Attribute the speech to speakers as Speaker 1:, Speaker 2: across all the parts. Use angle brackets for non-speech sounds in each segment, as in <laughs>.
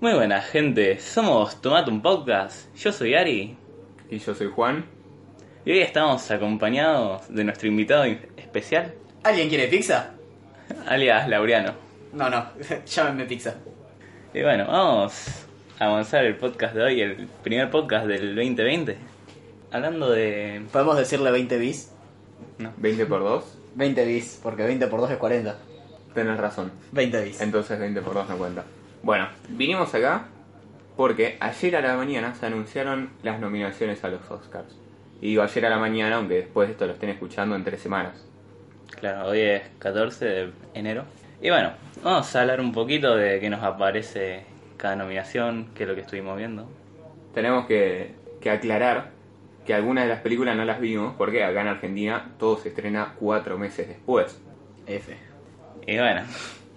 Speaker 1: Muy buena gente, somos Tomate un Podcast, yo soy Ari
Speaker 2: Y yo soy Juan.
Speaker 1: y hoy estamos acompañados de nuestro invitado in- especial, <laughs>
Speaker 3: ¿Alguien quiere pizza?
Speaker 1: alias Laureano.
Speaker 3: No, no, <laughs> llámenme pizza.
Speaker 1: Y bueno, vamos a avanzar el podcast de hoy, el primer podcast del 2020. Hablando de...
Speaker 3: ¿Podemos decirle 20 bis?
Speaker 2: 20 por 2.
Speaker 3: 20 bis, porque 20 por 2 es 40.
Speaker 2: Tenés razón.
Speaker 3: 20 bis.
Speaker 2: Entonces 20 por 2 no cuenta. Bueno, vinimos acá porque ayer a la mañana se anunciaron las nominaciones a los Oscars. Y digo ayer a la mañana, aunque después esto lo estén escuchando en tres semanas.
Speaker 1: Claro, hoy es 14 de enero. Y bueno, vamos a hablar un poquito de qué nos aparece cada nominación, qué es lo que estuvimos viendo.
Speaker 2: Tenemos que, que aclarar que algunas de las películas no las vimos porque acá en Argentina todo se estrena cuatro meses después.
Speaker 3: F.
Speaker 1: Y bueno,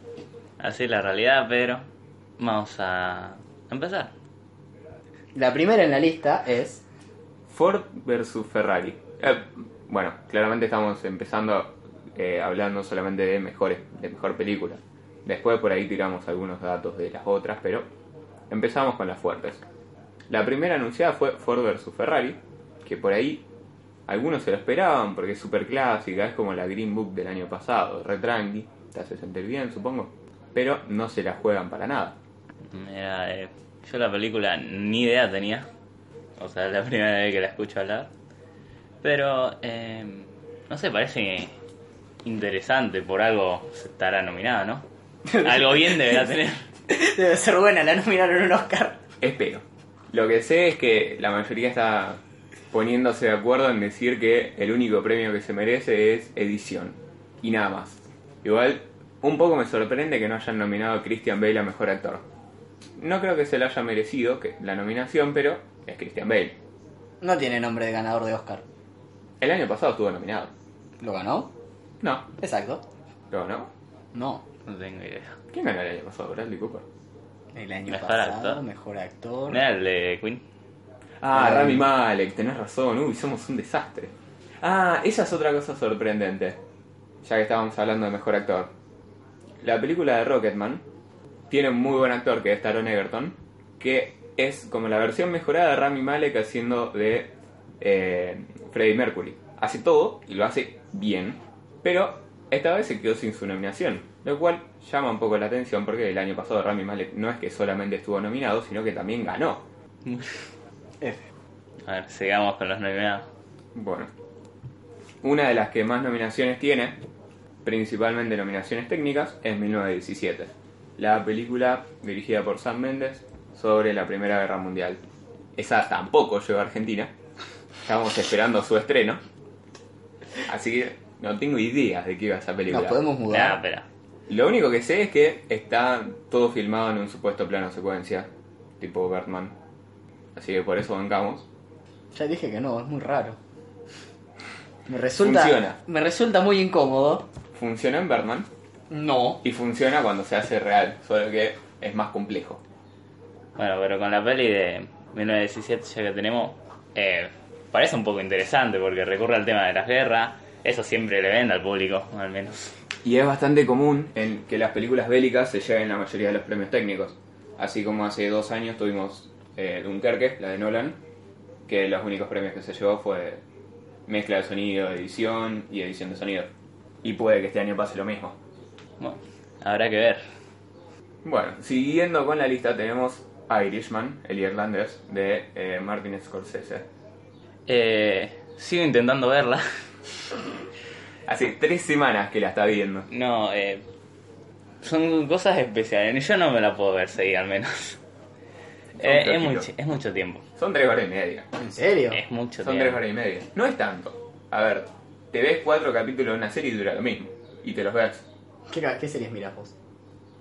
Speaker 1: <laughs> así es la realidad, pero vamos a empezar.
Speaker 3: La primera en la lista <laughs> es...
Speaker 2: Ford versus Ferrari. Eh, bueno, claramente estamos empezando eh, hablando solamente de mejores, de mejor película. Después por ahí tiramos algunos datos de las otras, pero empezamos con las fuertes. La primera anunciada fue Ford versus Ferrari, que por ahí algunos se lo esperaban porque es súper clásica, es como la Green Book del año pasado, re tranqui, te hace sentir bien, supongo, pero no se la juegan para nada.
Speaker 1: Mira, eh, yo la película ni idea tenía. O sea, es la <laughs> primera vez que la escucho hablar. Pero, eh, no sé, parece interesante. Por algo se estará nominada, ¿no? Algo bien deberá tener.
Speaker 3: Debe ser buena, la nominaron un Oscar.
Speaker 2: Espero. Lo que sé es que la mayoría está poniéndose de acuerdo en decir que el único premio que se merece es edición. Y nada más. Igual, un poco me sorprende que no hayan nominado a Christian Bale a Mejor Actor. No creo que se lo haya merecido que la nominación, pero es Christian Bale.
Speaker 3: No tiene nombre de ganador de Oscar.
Speaker 2: El año pasado estuvo nominado.
Speaker 3: ¿Lo ganó?
Speaker 2: No.
Speaker 3: Exacto.
Speaker 2: ¿Lo ganó?
Speaker 3: No.
Speaker 1: No tengo idea.
Speaker 2: ¿Quién ganó el año pasado? Bradley Cooper.
Speaker 3: El año
Speaker 1: Mejor
Speaker 3: pasado,
Speaker 1: actor.
Speaker 3: mejor actor.
Speaker 1: ¿No era el de Queen?
Speaker 2: Ah,
Speaker 3: Ah,
Speaker 2: Rami
Speaker 3: bien.
Speaker 2: Malek, tenés razón, uy, somos un desastre. Ah, esa es otra cosa sorprendente. Ya que estábamos hablando de mejor actor. La película de Rocketman tiene un muy buen actor que es Taron Egerton, que es como la versión mejorada de Rami Malek haciendo de eh, Freddie Mercury. Hace todo y lo hace bien, pero esta vez se quedó sin su nominación, lo cual llama un poco la atención porque el año pasado Rami Malek no es que solamente estuvo nominado, sino que también ganó.
Speaker 3: F.
Speaker 1: A ver, sigamos con los nominados.
Speaker 2: Bueno, una de las que más nominaciones tiene, principalmente nominaciones técnicas, es 1917, la película dirigida por Sam Mendes sobre la Primera Guerra Mundial. Esa tampoco llegó a Argentina, estábamos esperando su estreno, así que no tengo idea de qué iba esa
Speaker 3: Nos
Speaker 2: película.
Speaker 3: podemos
Speaker 1: Nah,
Speaker 3: mudar.
Speaker 1: Ah, espera.
Speaker 2: Lo único que sé es que está todo filmado en un supuesto plano secuencia, tipo Bertman, así que por eso bancamos.
Speaker 3: Ya dije que no, es muy raro. Me resulta,
Speaker 2: Funciona.
Speaker 3: Me resulta muy incómodo.
Speaker 2: Funcionó en Bertman,
Speaker 3: No.
Speaker 2: Y funciona cuando se hace real, solo que es más complejo.
Speaker 1: Bueno, pero con la peli de 1917 ya que tenemos, eh, parece un poco interesante porque recurre al tema de las guerras. Eso siempre le vende al público, al menos.
Speaker 2: Y es bastante común en que las películas bélicas se lleven la mayoría de los premios técnicos. Así como hace dos años tuvimos eh, Dunkerque, la de Nolan, que los únicos premios que se llevó fue mezcla de sonido, edición y edición de sonido. Y puede que este año pase lo mismo.
Speaker 1: Bueno, habrá que ver.
Speaker 2: Bueno, siguiendo con la lista tenemos Irishman, el irlandés, de eh, Martin Scorsese.
Speaker 1: Eh, sigo intentando verla. <laughs>
Speaker 2: Hace tres semanas que la está viendo.
Speaker 1: No, eh, son cosas especiales. Yo no me la puedo ver seguida, al menos. Eh, es,
Speaker 2: lógico.
Speaker 1: mucho, es mucho tiempo.
Speaker 2: Son tres horas y media.
Speaker 3: ¿En serio?
Speaker 1: Es mucho
Speaker 2: Son tres
Speaker 1: tiempo.
Speaker 2: horas y media. No es tanto. A ver, te ves cuatro capítulos de una serie y dura lo mismo. Y te los ves.
Speaker 3: ¿Qué, ca- qué series mirás vos?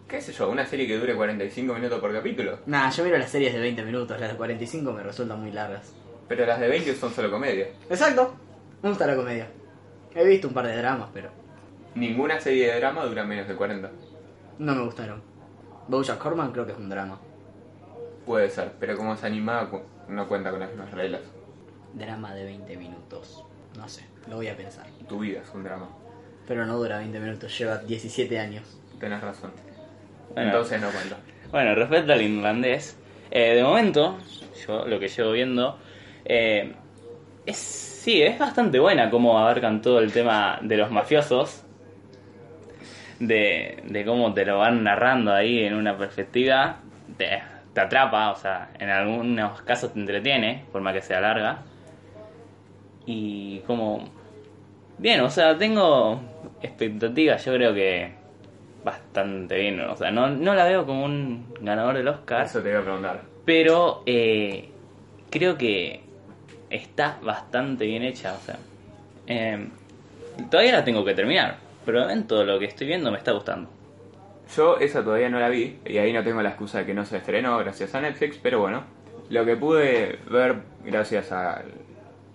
Speaker 2: ¿Qué sé yo? Una serie que dure 45 minutos por capítulo.
Speaker 3: Nah, yo miro las series de 20 minutos, las de 45 me resultan muy largas.
Speaker 2: Pero las de 20 son solo comedia.
Speaker 3: Exacto. Me gusta la comedia. He visto un par de dramas, pero
Speaker 2: Ninguna serie de drama dura menos de 40.
Speaker 3: no me gustaron. Bojack Horman creo que es un drama.
Speaker 2: Puede ser, pero como es animada cu- no cuenta con las mismas reglas.
Speaker 3: Drama de 20 minutos. No sé, lo voy a pensar.
Speaker 2: Tu vida es un drama.
Speaker 3: Pero no dura 20 minutos, lleva 17 años.
Speaker 2: Tenés razón.
Speaker 1: Bueno,
Speaker 2: Entonces no cuenta.
Speaker 1: Bueno, respecto al irlandés, eh, de momento, yo lo que llevo viendo, eh, es, sí, es bastante buena cómo abarcan todo el tema de los mafiosos, de, de cómo te lo van narrando ahí en una perspectiva, te, te atrapa, o sea, en algunos casos te entretiene, por más que sea larga, y como... Bien, o sea, tengo expectativas, yo creo que bastante bien, o sea, no, no la veo como un ganador del Oscar.
Speaker 2: Eso te iba a preguntar.
Speaker 1: Pero eh, creo que está bastante bien hecha. O sea, eh, todavía la tengo que terminar. Pero en todo lo que estoy viendo me está gustando.
Speaker 2: Yo esa todavía no la vi y ahí no tengo la excusa de que no se estrenó gracias a Netflix, pero bueno, lo que pude ver gracias a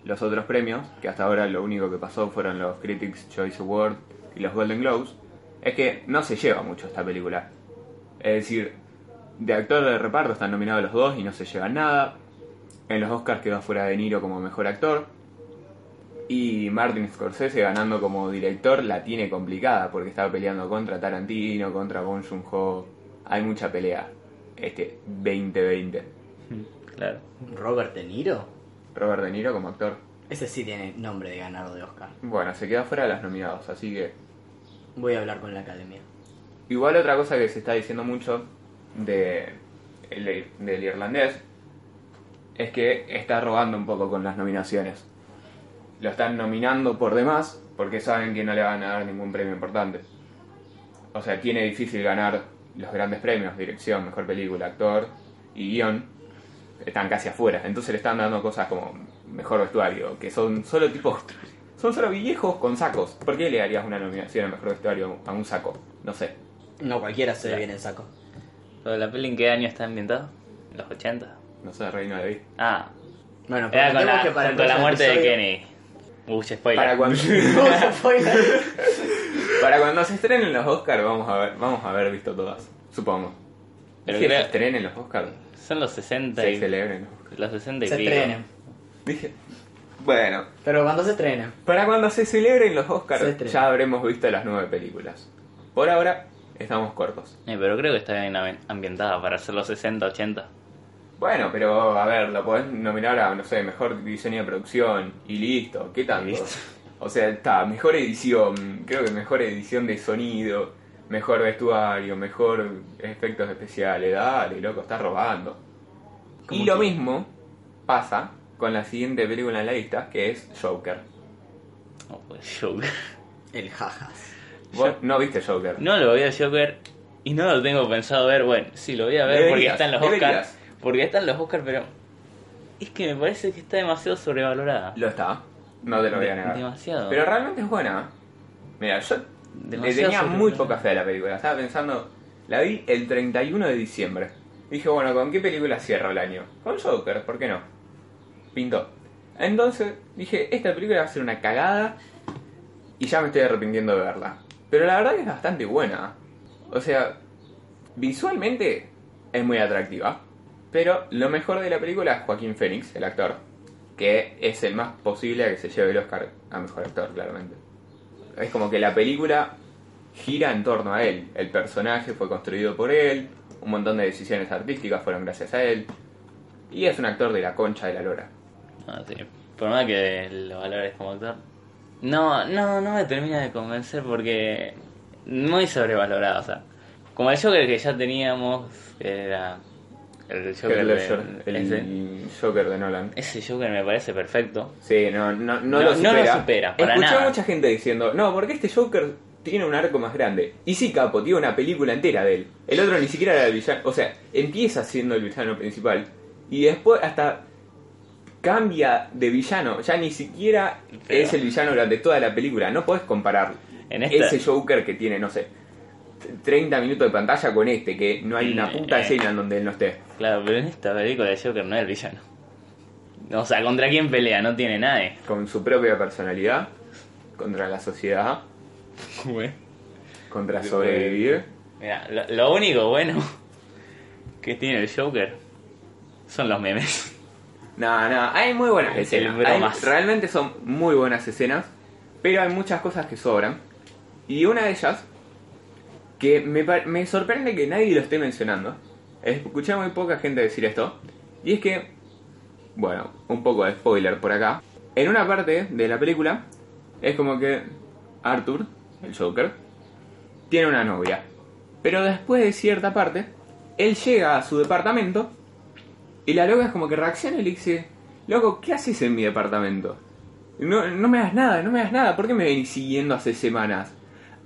Speaker 2: los otros premios, que hasta ahora lo único que pasó fueron los Critics Choice Award y los Golden Globes, es que no se lleva mucho esta película. Es decir, de actor de reparto están nominados los dos y no se llevan nada. En los Oscars quedó fuera De Niro como mejor actor. Y Martin Scorsese ganando como director la tiene complicada porque estaba peleando contra Tarantino, contra Bong Joon-ho. Hay mucha pelea. Este 2020.
Speaker 3: Hmm.
Speaker 1: Claro.
Speaker 3: ¿Robert De Niro?
Speaker 2: Robert De Niro como actor.
Speaker 3: Ese sí tiene nombre de ganado de Oscar.
Speaker 2: Bueno, se queda fuera de las nominados, así que...
Speaker 3: Voy a hablar con la academia.
Speaker 2: Igual otra cosa que se está diciendo mucho de, el- del irlandés es que está robando un poco con las nominaciones. Lo están nominando por demás porque saben que no le van a dar ningún premio importante. O sea, tiene difícil ganar los grandes premios, dirección, mejor película, actor y guión. Están casi afuera, entonces le están dando cosas como mejor vestuario, que son solo tipos... Son solo viejos con sacos. ¿Por qué le darías una nominación a mejor vestuario a un saco? No sé.
Speaker 3: No cualquiera se ve
Speaker 1: Claro.
Speaker 3: bien en saco.
Speaker 1: ¿Pero ¿La peli en qué año está ambientada? ¿Los 80?
Speaker 2: No sé, Reino de David.
Speaker 1: Ah,
Speaker 3: Bueno,
Speaker 1: era con
Speaker 3: prometemos
Speaker 1: la,
Speaker 3: que para el
Speaker 1: junto a la
Speaker 3: próximo
Speaker 1: muerte de
Speaker 3: episodio-
Speaker 1: Kenny. Uy, spoiler.
Speaker 2: Para <laughs> cuando,
Speaker 3: <laughs> Vamos
Speaker 1: <laughs>
Speaker 3: a spoiler.
Speaker 2: para cuando se estrenen los Oscars vamos a ver, vamos a haber visto todas, supongo.
Speaker 1: Pero
Speaker 2: Pero que se
Speaker 1: creo-
Speaker 2: estrenen los Oscars.
Speaker 1: Son los 60
Speaker 2: Se
Speaker 1: y...
Speaker 2: celebren los Oscars.
Speaker 1: Los 60 y
Speaker 3: se
Speaker 1: pico.
Speaker 3: estrenen.
Speaker 2: Dije. Bueno.
Speaker 3: Pero cuando se estrenen.
Speaker 2: Para cuando se celebren los
Speaker 3: Se
Speaker 2: Oscars
Speaker 3: estrenen.
Speaker 2: ya habremos visto las nueve películas. Por ahora estamos cortos.
Speaker 1: Eh, pero creo que está bien ambi- ambientada para ser los 60, 80.
Speaker 2: Bueno, pero a ver, lo podés nominar a, no sé, mejor diseño de producción y listo, ¿qué tanto?
Speaker 1: listo.
Speaker 2: O sea, está, mejor edición, creo que mejor edición de sonido, mejor vestuario, mejor efectos especiales, dale, loco, está robando.
Speaker 3: Como
Speaker 2: Y lo
Speaker 3: que-
Speaker 2: mismo pasa con la siguiente película en la lista, que es Joker.
Speaker 1: Oh, pues, Joker.
Speaker 3: El jajas.
Speaker 2: Vos no viste Joker.
Speaker 1: No lo voy a Joker y no lo tengo pensado ver. Bueno, sí, lo voy a ver porque
Speaker 2: Deberías,
Speaker 1: están los
Speaker 2: deberías.
Speaker 1: Oscars. Porque están los Oscars, pero. Es que me parece que está demasiado sobrevalorada.
Speaker 2: Lo está, no te lo voy a
Speaker 1: De-
Speaker 2: negar.
Speaker 1: demasiado.
Speaker 2: Pero realmente es buena. Mira, yo le
Speaker 1: Demasiado
Speaker 2: tenía muy
Speaker 1: sobrevalorada.
Speaker 2: poca fe a la película. Estaba pensando, la vi el 31 de diciembre. Dije, bueno, ¿con qué película cierro el año? Con Joker, ¿por qué no? Pintó. Entonces dije, esta película va a ser una cagada y ya me estoy arrepintiendo de verla. Pero la verdad que es bastante buena. O sea, visualmente es muy atractiva. Pero lo mejor de la película es Joaquín Phoenix, el actor. Que es el más posible a que se lleve el Oscar a mejor actor, claramente. Es como que la película gira en torno a él. El personaje fue construido por él. Un montón de decisiones artísticas fueron gracias a él. Y es un actor de la concha de la lora.
Speaker 1: Ah, sí. Por más que lo valores como actor. No, no, no me termina de convencer porque. Muy sobrevalorado, o sea. Como el Joker que ya teníamos, que era. El Joker.
Speaker 2: Heath
Speaker 1: de-
Speaker 2: Ledger, el
Speaker 1: ese,
Speaker 2: Joker de Nolan.
Speaker 1: ese Joker me parece perfecto.
Speaker 2: Sí, no, no, no,
Speaker 1: No-
Speaker 2: lo
Speaker 1: no
Speaker 2: supera.
Speaker 1: lo supera, para
Speaker 2: Escuché
Speaker 1: nada.
Speaker 2: mucha gente diciendo, no, porque este Joker tiene un arco más grande. Y sí, capo, tiene una película entera de él. El otro ni siquiera era el villano. O sea, empieza siendo el villano principal. Y después hasta cambia de villano. Ya ni siquiera
Speaker 1: Pero-
Speaker 2: es el villano durante toda la película. No puedes comparar
Speaker 1: En este- esta-
Speaker 2: ese Joker que tiene, no sé, 30 minutos de pantalla con este, que no hay una
Speaker 1: Mm,
Speaker 2: puta
Speaker 1: eh.
Speaker 2: escena en donde él no esté.
Speaker 1: Claro, pero en esta película el Joker no es el villano. O sea, ¿contra quién pelea? No tiene nadie.
Speaker 2: Con su propia personalidad, contra la sociedad. Contra sobrevivir.
Speaker 1: Mira, lo, lo único bueno que tiene el Joker son los memes.
Speaker 2: <laughs> No, no, hay muy buenas
Speaker 1: El
Speaker 2: escenas.
Speaker 1: bromas.
Speaker 2: Hay- realmente son muy buenas escenas, pero hay muchas cosas que sobran. Y una de ellas, que me, par- me sorprende que nadie lo esté mencionando, Escuché a muy poca gente decir esto. Y es que, bueno, un poco de spoiler por acá. En una parte de la película es como que Arthur, el Joker, tiene una novia. Pero después de cierta parte, él llega a su departamento y la loca es como que reacciona y le dice, loco, ¿qué haces en mi departamento? No, no me das nada, no me das nada, ¿por qué me venís siguiendo hace semanas?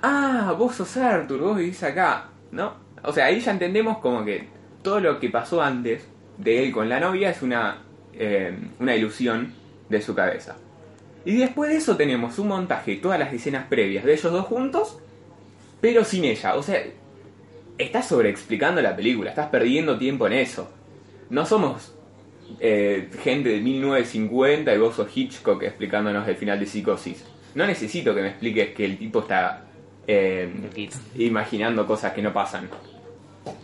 Speaker 2: Ah, vos sos Arthur, vos vivís acá, ¿no? O sea, ahí ya entendemos como que todo lo que pasó antes de él con la novia es una, eh, una ilusión de su cabeza. Y después de eso tenemos un montaje, todas las escenas previas de ellos dos juntos, pero sin ella. O sea, estás sobreexplicando la película, estás perdiendo tiempo en eso. No somos eh, gente de 1950 y vos sos Hitchcock explicándonos el final de Psicosis. No necesito que me expliques que el tipo está eh,
Speaker 1: Poquito.
Speaker 2: imaginando cosas que no pasan.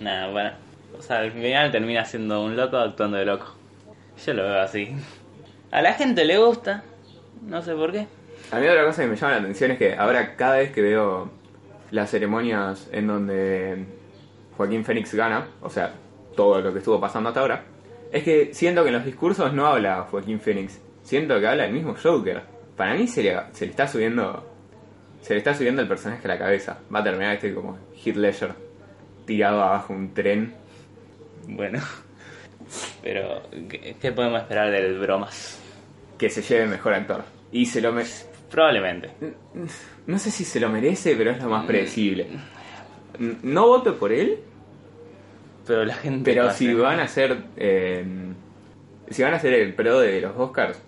Speaker 1: Nada, bueno. O sea, al final termina siendo un loco actuando de loco. Yo lo veo así. A la gente le gusta. No sé por qué.
Speaker 2: A mí otra cosa que me llama la atención es que ahora cada vez que veo las ceremonias en donde Joaquín Fénix gana, o sea, todo lo que estuvo pasando hasta ahora, es que siento que en los discursos no habla Joaquín Fénix, siento que habla el mismo Joker. Para mí se le, se le está subiendo se le está subiendo el personaje a la cabeza. Va a terminar este como Heath Ledger tirado abajo un tren.
Speaker 1: Bueno. <laughs> Pero, ¿qué, qué podemos esperar del bromas?
Speaker 2: que se lleve mejor actor. Y se lo me-
Speaker 1: Probablemente.
Speaker 2: No sé si se lo merece, pero es lo más predecible. N- No voto por él,
Speaker 1: Pero la gente. lo
Speaker 2: pero
Speaker 1: hace.
Speaker 2: si van a hacer. eh, si van a hacer el pro de los Oscars,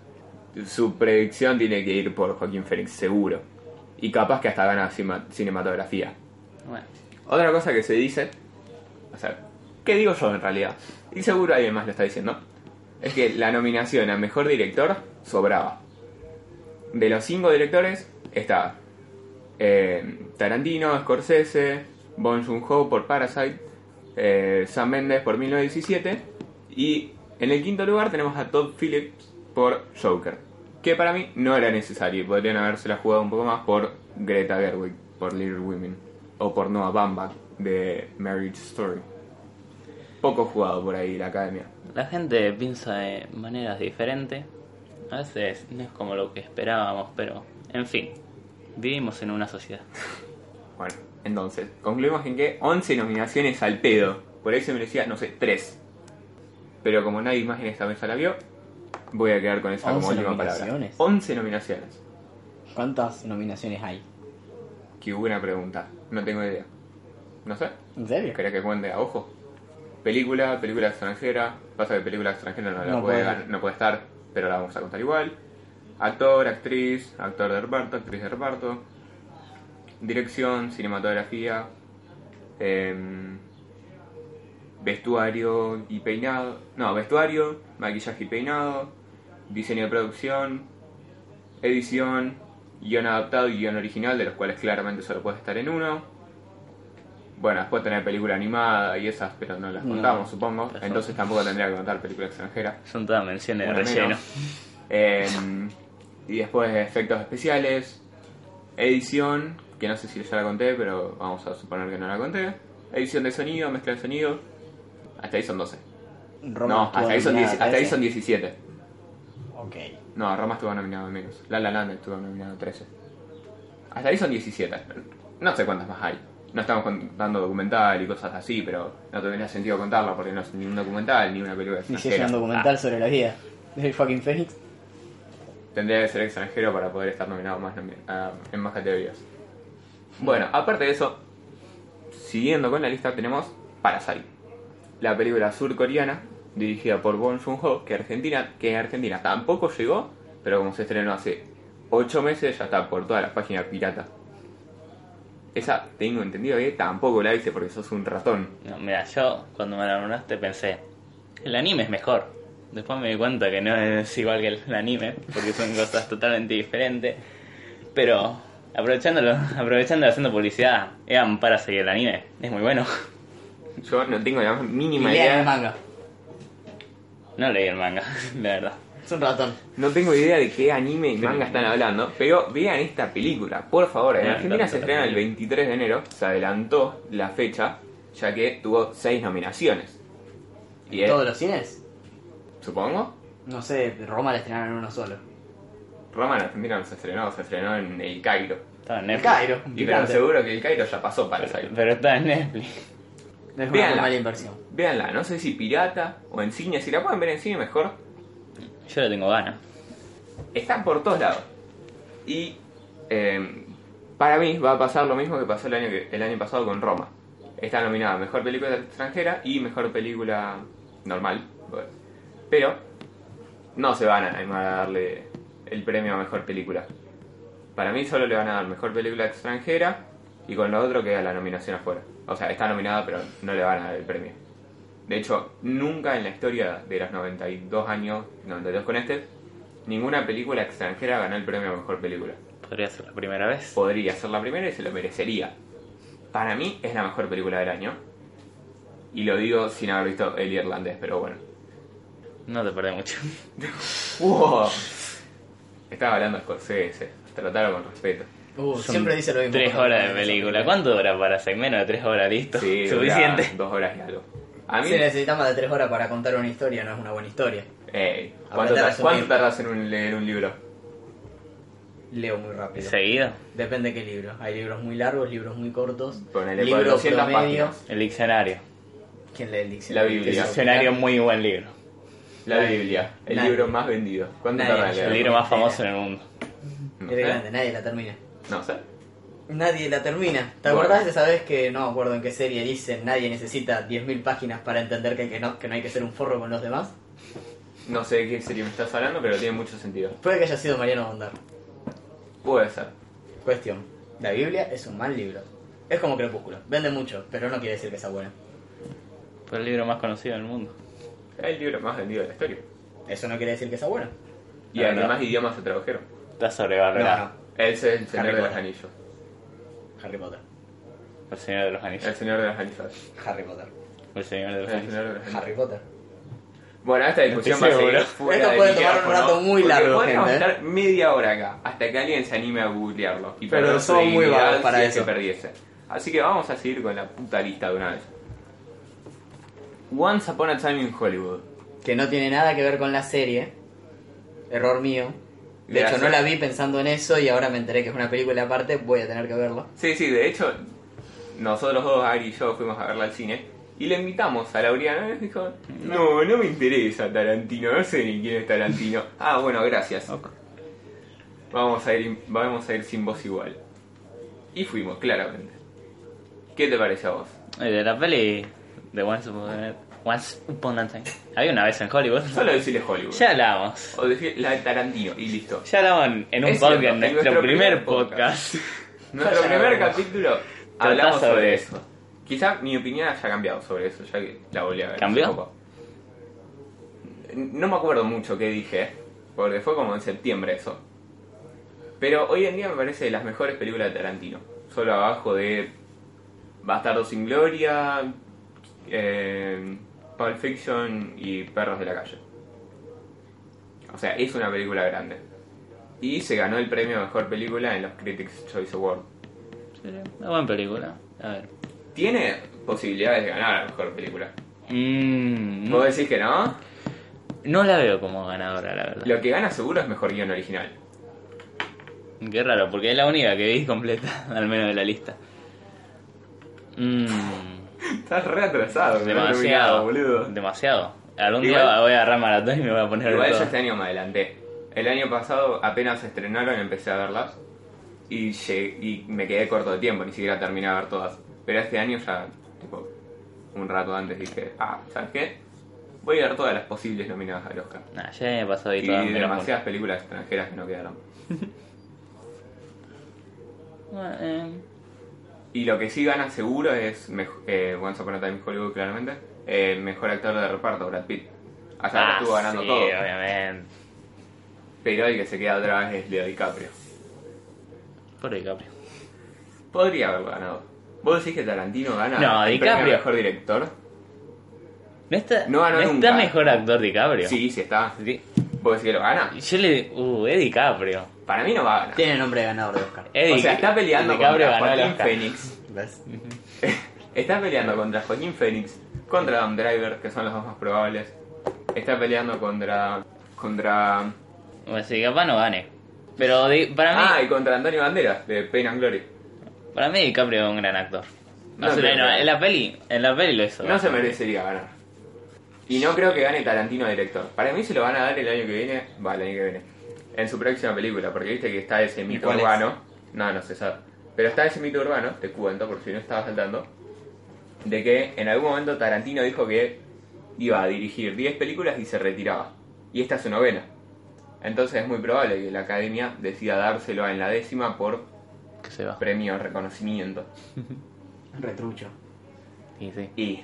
Speaker 2: su predicción tiene que ir por Joaquín Fénix, seguro. Y capaz que hasta gana cima- cinematografía.
Speaker 1: Bueno,
Speaker 2: Otra cosa que se dice, o sea, ¿qué digo yo en realidad? Y seguro alguien más lo está diciendo, es que la nominación a mejor director sobraba. De los cinco directores está eh, Tarantino, Scorsese, Bong Joon-ho por Parasite, eh, Sam Mendes por 1917 y en el quinto lugar tenemos a Todd Phillips por Joker, que para mí no era necesario, podrían habérsela jugado un poco más por Greta Gerwig, por Little Women o por Noah Baumbach de Marriage Story. Poco jugado por ahí la academia.
Speaker 1: la gente piensa de maneras diferentes. A veces no es como lo que esperábamos, pero. En fin. Vivimos en una sociedad.
Speaker 2: Bueno, entonces, concluimos en que 11 nominaciones al pedo. Por ahí se merecía, no sé, 3. Pero como nadie más en esta mesa la vio, voy a quedar con esa como
Speaker 3: 11
Speaker 2: última palabra.
Speaker 3: nominaciones.
Speaker 2: 11 nominaciones.
Speaker 3: ¿Cuántas nominaciones hay?
Speaker 2: Qué buena pregunta. No tengo idea. No sé.
Speaker 3: ¿En serio?
Speaker 2: ¿Querés que cuente a ojo? Película, película extranjera. Pasa que película extranjera no la
Speaker 3: No
Speaker 2: puede,
Speaker 3: puede.
Speaker 2: gan- no puede estar, pero la vamos a contar igual. Actor, actriz, actor de reparto, actriz de reparto. Dirección, cinematografía. em, vestuario y peinado. No, vestuario, maquillaje y peinado. Diseño de producción. Edición. Guión adaptado y guión original, de los cuales claramente solo puede estar en uno. Bueno, después tener película animada y esas, pero no las
Speaker 3: No.
Speaker 2: contamos, supongo.
Speaker 1: Perfecto.
Speaker 2: Entonces tampoco tendría que contar película extranjera.
Speaker 1: Son todas menciones de
Speaker 2: Por lo
Speaker 1: relleno.
Speaker 2: menos. Eh, y después efectos especiales, edición, que no sé si ya la conté, pero vamos a suponer que no la conté. Edición de sonido, mezcla de sonido. Hasta ahí son 12.
Speaker 3: Roma
Speaker 2: no,
Speaker 3: estuvo
Speaker 2: hasta ahí, son
Speaker 3: nominada
Speaker 2: 10 hasta ahí
Speaker 3: a
Speaker 2: son 17.
Speaker 3: 13. Ok.
Speaker 2: No, Roma estuvo nominado de menos. La La Land estuvo nominado 13. Hasta ahí son 17. No sé cuántas más hay. No estamos contando documental y cosas así, pero no tendría sentido contarla porque no es ni un documental ni una película
Speaker 3: Y si es
Speaker 2: extranjera.
Speaker 3: un documental sobre la vida del fucking Fénix.
Speaker 2: Tendría que ser extranjero para poder estar nominado más nomi- a- en más categorías. Bueno, aparte de eso, siguiendo con la lista tenemos Parasite, la película surcoreana dirigida por Bong Joon-ho, que Argentina, que en Argentina tampoco llegó, pero como se estrenó hace 8 meses ya está por todas las páginas pirata. Esa tengo entendido que tampoco la hice porque sos un ratón.
Speaker 1: No, mira, yo cuando me la nombraste pensé. El anime es mejor. Después me di cuenta que no es igual que el anime, porque son cosas totalmente diferentes. Pero aprovechándolo, <laughs> aprovechando haciendo publicidad, Evan para seguir el anime. Es muy bueno.
Speaker 2: Yo no tengo la más
Speaker 3: Y
Speaker 2: mínima
Speaker 3: lean el
Speaker 2: idea.
Speaker 3: manga.
Speaker 1: No leí el manga, <laughs> la verdad.
Speaker 3: Es un ratón.
Speaker 2: No tengo idea de qué anime y manga están hablando, pero vean esta película, por favor. En
Speaker 1: Vean
Speaker 2: Argentina
Speaker 1: tanto
Speaker 2: se estrena el
Speaker 1: también.
Speaker 2: 23 de enero, se adelantó la fecha, ya que tuvo seis nominaciones. Y es-
Speaker 3: ¿Todos los cines?
Speaker 2: supongo.
Speaker 3: No sé, Roma la estrenaron en uno solo.
Speaker 2: Roma en Argentina no se estrenó, se estrenó en el Cairo.
Speaker 1: Estaba en
Speaker 3: El
Speaker 1: Netflix.
Speaker 3: Cairo.
Speaker 2: Y pero seguro que el Cairo ya pasó para el Cairo.
Speaker 1: Pero está en Netflix.
Speaker 3: No es una
Speaker 2: Véanla.
Speaker 3: mala inversión.
Speaker 2: Véanla, no sé si pirata o en cine, si la pueden ver en cine mejor.
Speaker 1: Yo le tengo ganas.
Speaker 2: Están por todos lados. Y eh, para mí va a pasar lo mismo que pasó el año, que- el año pasado con Roma. Está nominada a Mejor Película Extranjera y Mejor Película Normal. bueno. Pero no se van a animar a darle el premio a Mejor Película. Para mí solo le van a dar Mejor Película Extranjera y con lo otro queda la nominación afuera. O sea, está nominada pero no le van a dar el premio. De hecho, nunca en la historia de los 92 años, 92 con este, ninguna película extranjera ganó el premio a Mejor Película
Speaker 1: Podría ser la primera vez.
Speaker 2: podría ser la primera y se lo merecería. Para mí es la mejor película del año. Y lo digo sin haber visto El Irlandés, pero bueno.
Speaker 1: No te perdés
Speaker 2: <laughs>
Speaker 1: mucho.
Speaker 2: ¡Wow! Estaba hablando escocese, trataron
Speaker 1: <laughs>
Speaker 2: con respeto.
Speaker 3: Uh,
Speaker 1: Son
Speaker 3: siempre dice lo mismo.
Speaker 1: Tres horas de película. ¿Cuánto dura para hacer? Menos de tres horas, listo.
Speaker 2: Sí,
Speaker 1: Suficiente.
Speaker 2: <laughs> dura Dos horas y algo. A mí,
Speaker 3: Si necesitas más de tres horas para contar una historia, no es una buena historia.
Speaker 2: Ey,
Speaker 3: Aprender
Speaker 2: ¿cuánto,
Speaker 3: a
Speaker 2: tar-
Speaker 3: resumir.
Speaker 2: cuánto tardas en un- leer un libro?
Speaker 3: Leo muy rápido.
Speaker 1: Seguido.
Speaker 3: Depende de qué libro. Hay libros muy largos, libros muy cortos.
Speaker 2: Ponele
Speaker 3: libro
Speaker 2: 400 páginas.
Speaker 1: El diccionario.
Speaker 3: ¿Quién lee el
Speaker 2: La
Speaker 3: diccionario?
Speaker 1: El
Speaker 2: Biblia.
Speaker 1: diccionario es muy buen libro.
Speaker 2: La Biblia, el
Speaker 3: Nadie.
Speaker 2: libro más vendido. ¿Cuánto
Speaker 3: Nadie.
Speaker 2: tardas en
Speaker 1: El
Speaker 2: leerlo?
Speaker 1: libro más famoso en el mundo.
Speaker 2: No
Speaker 3: Era
Speaker 2: sé.
Speaker 3: grande, nadie la termina.
Speaker 2: No sé.
Speaker 3: Nadie la termina. ¿Te
Speaker 2: Bueno.
Speaker 3: acordás de esa vez que no me acuerdo en qué serie dicen nadie necesita 10.000 páginas para entender que, que no, que no hay que ser un forro con los demás?
Speaker 2: No sé de qué serie me estás hablando, pero tiene mucho sentido.
Speaker 3: Puede que haya sido Mariano Bondar.
Speaker 2: Puede ser.
Speaker 3: Cuestión. La Biblia es un mal libro. Es como Crepúsculo. Vende mucho, pero no quiere decir que sea buena.
Speaker 1: Fue el libro más conocido del mundo.
Speaker 2: Es el libro más vendido de la historia.
Speaker 3: Eso no quiere decir que sea buena.
Speaker 2: Y
Speaker 1: La
Speaker 3: Ah,
Speaker 2: además
Speaker 1: verdad.
Speaker 2: idiomas se tradujeron.
Speaker 1: Está sobrevalorado.
Speaker 3: No,
Speaker 2: Él es el Señor
Speaker 3: Harry
Speaker 2: de los
Speaker 3: Potter.
Speaker 2: Anillos.
Speaker 3: no. Harry Potter.
Speaker 1: El Señor de los Anillos.
Speaker 2: El Señor de los Anillos.
Speaker 3: Harry Potter.
Speaker 1: El Señor de los
Speaker 2: El
Speaker 1: Anillos.
Speaker 2: Señor de los Anillos.
Speaker 3: Harry Potter.
Speaker 2: Bueno, esta discusión va
Speaker 1: Estoy
Speaker 2: a seguir
Speaker 1: seguro.
Speaker 2: fuera
Speaker 3: Esto
Speaker 2: del
Speaker 3: puede tomar un
Speaker 2: micrófono,
Speaker 3: rato muy
Speaker 2: porque
Speaker 3: largo,
Speaker 2: Podríamos
Speaker 3: gente. ¿eh?
Speaker 2: estar media hora acá, hasta que alguien se anime a googlearlo. Y
Speaker 3: Pero
Speaker 2: perder su
Speaker 3: somos muy
Speaker 2: dignidad
Speaker 3: vagos para
Speaker 2: si es que
Speaker 3: eso.
Speaker 2: perdiese. Así que vamos a seguir con la puta lista de una vez. Once Upon a Time in Hollywood.
Speaker 3: Que no tiene nada que ver con la serie. Error mío. De
Speaker 2: Gracias.
Speaker 3: hecho, no la vi pensando en eso y ahora me enteré que es una película aparte. Voy a tener que verlo.
Speaker 2: Sí, sí, de hecho, nosotros dos, Ari y yo, fuimos a verla al cine y le invitamos a Laureano y nos dijo, no, no me interesa Tarantino, no sé ni quién es Tarantino. <laughs> Ah, bueno, gracias. Vamos a ir, vamos a ir sin vos igual. Y fuimos, claramente. ¿Qué te parece a vos?
Speaker 1: Y De la peli de Once Upon a, Once Upon a Time. Había una vez en
Speaker 2: <laughs>
Speaker 1: Hollywood.
Speaker 2: Solo decirle Hollywood.
Speaker 1: Ya hablamos.
Speaker 2: O decir la de Tarantino y listo.
Speaker 1: Ya hablamos en un
Speaker 2: Es
Speaker 1: podcast,
Speaker 2: cierto, en
Speaker 1: nuestro,
Speaker 2: nuestro
Speaker 1: primer
Speaker 2: primer podcast.
Speaker 1: podcast.
Speaker 2: Nuestro
Speaker 3: Ya
Speaker 2: primer
Speaker 3: hablamos.
Speaker 2: capítulo hablamos
Speaker 1: sobre
Speaker 2: sobre
Speaker 1: eso.
Speaker 2: eso. Quizá mi opinión haya cambiado sobre eso, ya que la volví a ver. hace
Speaker 1: ¿Cambió?
Speaker 2: poco. No me acuerdo mucho qué dije, porque fue como en septiembre eso. Pero hoy en día me parece de las mejores películas de Tarantino. Solo abajo de Bastardo sin Gloria, eh, Pulp Fiction y Perros de la Calle. O sea, es una película grande. Y se ganó el premio a Mejor Película en los Critics' Choice Awards.
Speaker 1: Una buena película. A ver.
Speaker 2: Tiene posibilidades de ganar a Mejor Película.
Speaker 1: Mm,
Speaker 2: Vos decís que no.
Speaker 1: no la veo como ganadora, la verdad.
Speaker 2: Lo que gana seguro es Mejor Guión Original. <laughs>
Speaker 1: Qué raro, porque es la única que vi completa, <laughs> al menos de la lista. Mm,
Speaker 2: Estás re atrasado. me has
Speaker 1: demasiado,
Speaker 2: arruinado, boludo.
Speaker 1: demasiado. Algún día
Speaker 2: Igual-
Speaker 1: voy a agarrar maratón y me voy a poner
Speaker 2: Igual yo
Speaker 1: todo.
Speaker 2: este año me adelanté. El año pasado apenas se estrenaron, empecé a verlas. Y, llegué- y me quedé corto de tiempo, ni siquiera terminé de ver todas. Pero este año ya, tipo, un rato antes dije, ah, ¿sabes qué? Voy a ver todas las posibles nominadas al Oscar.
Speaker 1: Nah, ya me pasó ahí
Speaker 2: Y
Speaker 1: todas menos
Speaker 2: demasiadas películas extranjeras que no quedaron.
Speaker 1: una. Eh,
Speaker 2: Y lo que sí gana seguro es mej- eh, Once Upon a Time in Hollywood, claramente. eh, mejor actor de reparto, Brad Pitt. Hasta ahora
Speaker 1: ah,
Speaker 2: estuvo ganando
Speaker 1: sí,
Speaker 2: todo.
Speaker 1: obviamente.
Speaker 2: Pero el que se queda otra vez es Leo DiCaprio.
Speaker 1: Por DiCaprio.
Speaker 2: Podría haber ganado. ¿Vos decís que Tarantino gana
Speaker 1: No,
Speaker 2: el premio
Speaker 1: DiCaprio.
Speaker 2: mejor director?
Speaker 1: ¿No está,
Speaker 2: No ganó
Speaker 1: ¿no
Speaker 2: nunca.
Speaker 1: está mejor actor DiCaprio?
Speaker 2: Sí, sí está.
Speaker 1: Di-
Speaker 2: ¿Vos decís que lo gana?
Speaker 1: Yo le. Uh, es DiCaprio.
Speaker 2: Para mí no va a ganar.
Speaker 3: Tiene nombre de ganador de Oscar.
Speaker 1: Es
Speaker 2: o
Speaker 1: Di-
Speaker 2: sea, está peleando
Speaker 1: DiCaprio
Speaker 2: contra
Speaker 1: ganó el
Speaker 2: Joaquín
Speaker 1: Oscar.
Speaker 2: Phoenix.
Speaker 3: ¿Ves?
Speaker 2: está peleando contra Joaquín Phoenix, contra Adam Driver, que son los dos más probables. Está peleando contra. contra.
Speaker 1: Así que capaz no gane. Pero di- para mí,
Speaker 2: Ah, y contra Antonio Banderas, de Pain and Glory.
Speaker 1: para mí DiCaprio es un gran actor. No
Speaker 2: No
Speaker 1: sé,
Speaker 2: creo
Speaker 1: no,
Speaker 2: que-
Speaker 1: en la peli, en la peli lo hizo.
Speaker 2: No se merecería ganar. Y no creo que gane Tarantino director. Para mí se lo van a dar el año que viene. Va, el año que viene. En su próxima película, porque viste que está ese mito
Speaker 4: cuál es?
Speaker 2: urbano. No, no se sabe. Pero está ese mito urbano, te cuento por si no estaba saltando. De que en algún momento Tarantino dijo que iba a dirigir 10 películas y se retiraba. Y esta es su novena. Entonces es muy probable que la academia decida dárselo en la décima por
Speaker 1: Que se va.
Speaker 2: premio reconocimiento.
Speaker 3: Retrucho.
Speaker 1: Sí, sí.
Speaker 2: Y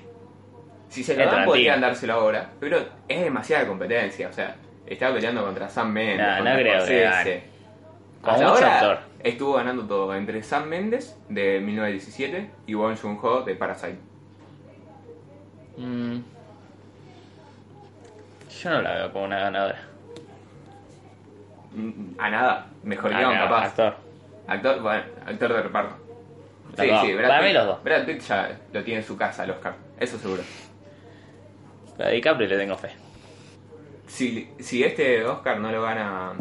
Speaker 2: si se
Speaker 1: Es
Speaker 2: lo dan,
Speaker 1: Tarantino.
Speaker 2: podrían dárselo ahora, pero es demasiada competencia. O sea, estaba peleando contra Sam Mendes.
Speaker 1: Nah, no
Speaker 2: contra
Speaker 1: creo que
Speaker 2: Scorsese.
Speaker 1: gane. Con
Speaker 2: Hasta
Speaker 1: mucho
Speaker 2: ahora
Speaker 1: actor.
Speaker 2: estuvo ganando todo entre Sam Mendes de 1917 y Won Jung Ho de Parasite.
Speaker 1: Mm. Yo no la veo como una ganadora.
Speaker 2: Mm, A nada, mejor guión,
Speaker 1: Ah,
Speaker 2: capaz.
Speaker 1: Actor.
Speaker 2: Actor, bueno, actor de reparto.
Speaker 1: Los dos. Para mí
Speaker 2: Pitt-
Speaker 1: los dos.
Speaker 2: Brad Pitt ya lo tiene en su casa, el Oscar. Eso seguro.
Speaker 1: A DiCaprio le tengo fe.
Speaker 2: Si, si este Oscar no lo gana,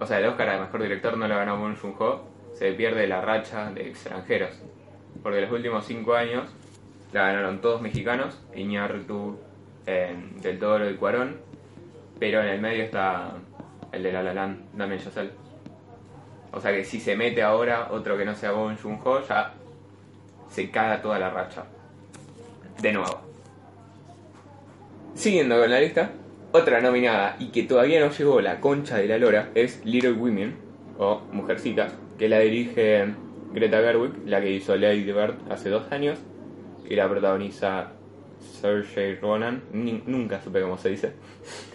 Speaker 2: o sea, el Oscar a mejor director no lo gana Bong Joon-ho, se pierde la racha de extranjeros. Porque los últimos cinco años la ganaron todos mexicanos, Iñárritu, eh, Del Toro y Cuarón, pero en el medio está el de La La Land, Damien Chazelle. O sea que si se mete ahora otro que no sea Bong Joon-ho, ya se caga toda la racha. De nuevo. Siguiendo con la lista, otra nominada y que todavía no llegó la concha de la lora es Little Women, o Mujercitas, que la dirige Greta Gerwig, la que hizo Lady Bird hace dos años, y la protagoniza Saoirse Ronan, ni- nunca supe cómo se dice,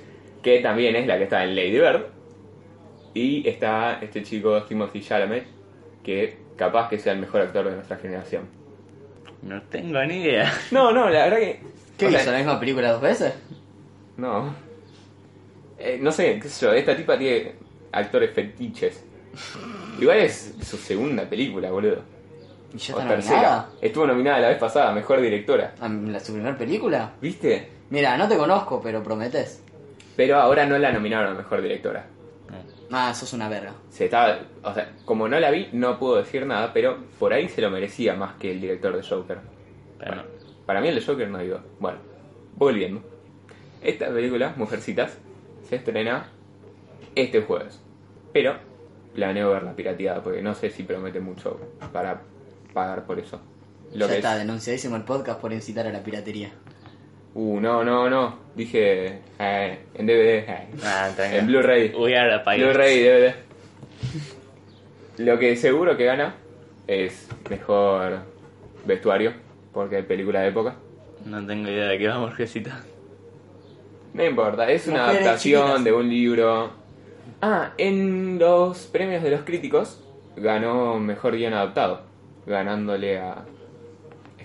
Speaker 2: <laughs> que también es la que está en Lady Bird, y está este chico Timothy Chalamet, que capaz que sea el mejor actor de nuestra generación.
Speaker 1: No tengo ni idea.
Speaker 2: No, no, la verdad que...
Speaker 3: ¿Qué
Speaker 2: o sea,
Speaker 3: hizo? ¿La misma película dos veces?
Speaker 2: No. Eh, no sé, qué sé yo, esta tipa tiene actores fetiches. Igual es su segunda película, boludo.
Speaker 3: ¿Y ya
Speaker 2: O
Speaker 3: está
Speaker 2: tercera.
Speaker 3: nominada?
Speaker 2: Estuvo nominada la vez pasada, mejor directora.
Speaker 3: ¿A la, su primer película?
Speaker 2: ¿Viste?
Speaker 3: Mira, no te conozco, pero prometes.
Speaker 2: Pero ahora no la nominaron a mejor directora.
Speaker 3: Ah, sos una verga.
Speaker 2: Se estaba. O sea, como no la vi, no puedo decir nada, pero por ahí se lo merecía más que el director de Joker.
Speaker 1: Pero no.
Speaker 2: Para mí el de Joker no ayudó. Bueno, volviendo. Esta película, Mujercitas, se estrena este jueves. Pero planeo verla pirateada porque no sé si promete mucho para pagar por eso. Lo
Speaker 3: ya
Speaker 2: que
Speaker 3: está,
Speaker 2: es-
Speaker 3: denunciadísimo el podcast por incitar a la piratería.
Speaker 2: Uh, no, no, no. Dije eh, en DVD. eh.
Speaker 1: Ah, tranquilo.
Speaker 2: En Blu-ray.
Speaker 1: We are the Pirates.
Speaker 2: Blu-ray, DVD. Lo que seguro que gana es mejor vestuario porque es película de época.
Speaker 1: No tengo idea de qué va Mujercita.
Speaker 2: No importa, es una
Speaker 3: Mujeres
Speaker 2: adaptación
Speaker 3: chiquitas.
Speaker 2: de un libro. Ah, en los premios de los críticos ganó mejor guión adaptado, ganándole a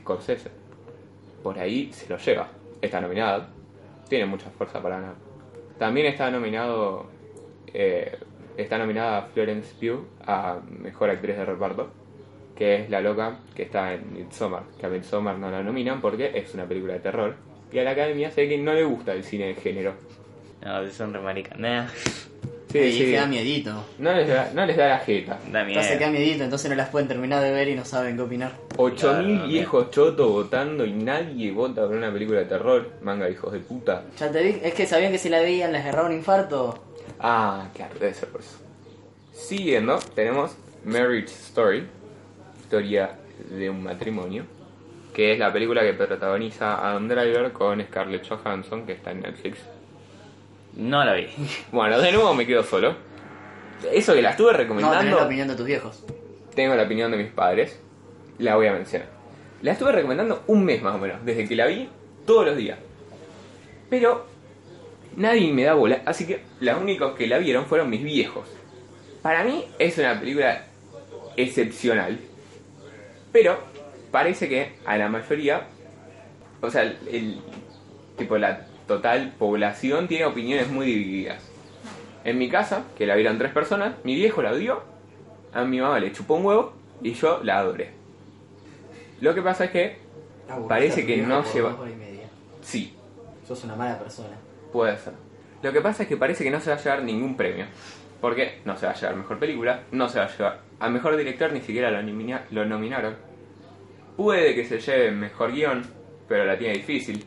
Speaker 2: Scorsese. Por ahí se lo lleva. Está nominado, tiene mucha fuerza para ganar. También está nominado, eh, está nominada Florence Pugh a mejor actriz de reparto, que es la loca que está en Midsommar. Que a Midsommar no la nominan porque es una película de terror. Y a la academia sé que no le gusta el cine de género.
Speaker 1: No, son re maricas. Nah,
Speaker 2: Sí,
Speaker 3: y
Speaker 2: sí.
Speaker 3: queda miedito.
Speaker 2: No les, da, no les da la jeta.
Speaker 1: da
Speaker 3: Entonces queda
Speaker 1: miedo.
Speaker 3: miedito, entonces no las pueden terminar de ver y no saben qué opinar.
Speaker 2: 8000
Speaker 1: Claro,
Speaker 2: viejos chotos votando y nadie vota por una película de terror. Manga de hijos de puta.
Speaker 3: Ya te dije, es que sabían que si la veían les agarraba un infarto.
Speaker 2: Ah, claro, debe ser por eso. Siguiendo, tenemos Marriage Story, historia de un matrimonio, que es la película que protagoniza Adam Driver con Scarlett Johansson, que está en Netflix.
Speaker 1: No la vi.
Speaker 2: Bueno, de nuevo me quedo solo. Eso que la estuve
Speaker 3: No, tenés la
Speaker 2: recomendando,
Speaker 3: opinión de tus viejos.
Speaker 2: tengo la opinión de mis padres, la voy a mencionar. La estuve recomendando un mes más o menos, desde que la vi, todos los días. Pero nadie me da bola, así que los únicos que la vieron fueron mis viejos. Para mí es una película excepcional, pero parece que a la mayoría, o sea, el- el, tipo la total población tiene opiniones muy divididas. En mi casa, que la vieron tres personas, mi viejo la odió, a mi mamá le chupó un huevo y yo la adoré. Lo que pasa es que Ah, Parece que no se va.
Speaker 3: Hora y media.
Speaker 2: Sí,
Speaker 3: Sos una mala persona.
Speaker 2: Puede ser. Lo que pasa es que parece que no se va a llevar ningún premio. Porque no se va a llevar mejor película, no se va a llevar. A mejor director ni siquiera lo, nomina- lo nominaron. Puede que se lleve mejor guión, pero la tiene difícil.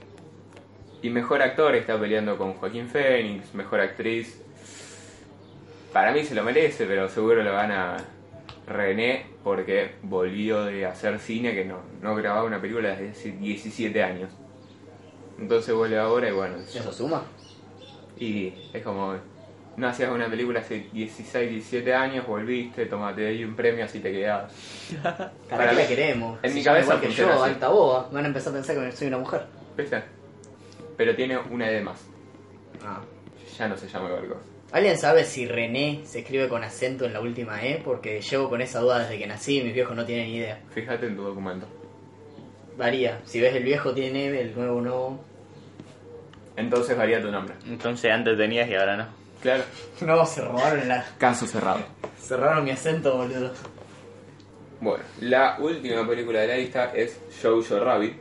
Speaker 2: Y mejor actor está peleando con Joaquín Phoenix, mejor actriz. Para mí se lo merece, pero seguro lo gana René porque volvió de hacer cine que no, no grababa una película desde hace 17 años. Entonces vuelve ahora y bueno,
Speaker 3: ¿Eso suma?
Speaker 2: y es como, no hacías una película hace 16, 17 años, volviste, tomate ahí un premio, así te quedabas.
Speaker 3: ¿Para
Speaker 2: Para
Speaker 3: qué
Speaker 2: mí-
Speaker 3: la queremos?
Speaker 2: en
Speaker 3: Si
Speaker 2: mi
Speaker 3: llama
Speaker 2: cabeza
Speaker 3: Igual que
Speaker 2: funciona
Speaker 3: yo,
Speaker 2: así.
Speaker 3: alta boba. Van a empezar a pensar que soy una mujer.
Speaker 2: ¿Viste? Pero tiene una E de más.
Speaker 3: Ah.
Speaker 2: Ya no se llama Gorgos.
Speaker 3: ¿Alguien sabe si René se escribe con acento en la última E? Porque llevo con esa duda desde que nací y mis viejos no tienen ni idea.
Speaker 2: Fíjate en tu documento.
Speaker 3: Varía. Si ves el viejo tiene E, el nuevo no. <laughs>
Speaker 2: Entonces varía tu nombre.
Speaker 1: Entonces antes tenías y ahora no.
Speaker 2: Claro.
Speaker 3: No, se robaron la...
Speaker 2: Caso cerrado.
Speaker 3: Cerraron mi acento, boludo.
Speaker 2: Bueno, la última película de la lista es Jojo Rabbit,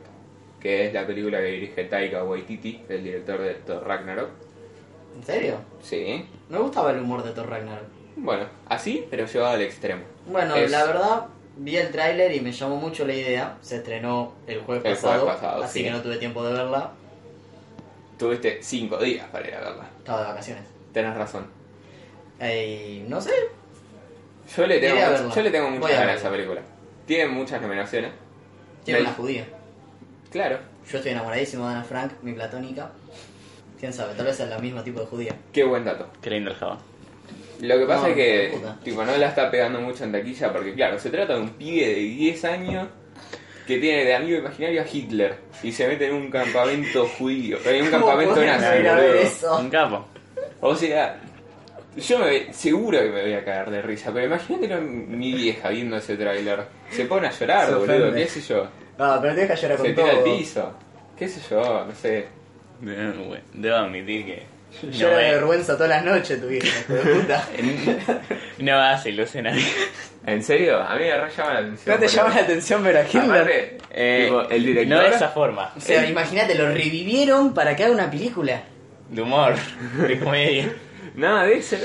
Speaker 2: que es la película que dirige Taika Waititi, el director de Thor Ragnarok.
Speaker 3: ¿En serio?
Speaker 2: Sí.
Speaker 3: Me gustaba el humor de Thor Ragnarok.
Speaker 2: Bueno, así, pero llevado al extremo.
Speaker 3: Bueno,
Speaker 2: Es-
Speaker 3: la verdad, vi el tráiler y me llamó mucho la idea. Se estrenó el jueves
Speaker 2: El jueves
Speaker 3: pasado,
Speaker 2: pasado,
Speaker 3: así
Speaker 2: sí.
Speaker 3: que no tuve tiempo de verla.
Speaker 2: Tuviste cinco días para ir a verla.
Speaker 3: Estaba de vacaciones.
Speaker 2: Tenés razón.
Speaker 3: Eh, no sé,
Speaker 2: Yo le tengo,
Speaker 3: Iré a
Speaker 2: mucho-
Speaker 3: verla.
Speaker 2: yo le tengo
Speaker 3: Voy
Speaker 2: muchas
Speaker 3: a
Speaker 2: ganas a esa
Speaker 3: verla.
Speaker 2: película. Tiene muchas nominaciones.
Speaker 3: tiene
Speaker 2: Del-
Speaker 3: una judía.
Speaker 2: Claro.
Speaker 3: Yo estoy enamoradísimo de Ana Frank, mi platónica. Quién sabe, tal vez es la misma tipo de judía.
Speaker 2: Qué buen dato.
Speaker 1: Qué lindo el jabón.
Speaker 2: Lo que pasa
Speaker 3: No,
Speaker 2: es que
Speaker 3: puta.
Speaker 2: tipo, no la está pegando mucho en taquilla porque, claro, se trata de un pibe de 10 años que tiene de amigo imaginario a Hitler y se mete en un campamento judío, eh, en un
Speaker 3: <laughs> ¿Cómo
Speaker 2: campamento
Speaker 3: podés
Speaker 2: nazi.
Speaker 3: ir a ver
Speaker 2: boludo.
Speaker 3: eso?
Speaker 1: Un capo.
Speaker 2: O sea, yo me, ve- seguro que me voy a caer de risa, pero imagínate mi vieja viendo ese tráiler. Se pone a llorar,
Speaker 3: Se
Speaker 2: boludo,
Speaker 3: ofende.
Speaker 2: qué sé yo.
Speaker 3: No, pero te deja llorar
Speaker 2: Se
Speaker 3: con
Speaker 2: tira al
Speaker 3: todo.
Speaker 2: piso, qué sé yo, no sé.
Speaker 1: Eh, bueno, Debo admitir que no
Speaker 3: Llora de
Speaker 1: me,
Speaker 3: vergüenza todas las noches tu vieja, hijo
Speaker 2: <laughs>
Speaker 3: de puta.
Speaker 1: no me hace ilusión a mí.
Speaker 2: ¿En serio? A mí me re llama la atención.
Speaker 3: No te
Speaker 2: boludo.
Speaker 3: llama la atención ver a Hitler.
Speaker 2: Aparte,
Speaker 1: Eh,
Speaker 2: tipo, el director.
Speaker 1: No de esa forma.
Speaker 3: O sea, imagínate, lo revivieron para que haga una película.
Speaker 1: De humor,
Speaker 2: <laughs>
Speaker 1: de comedia.
Speaker 2: Nada de eso.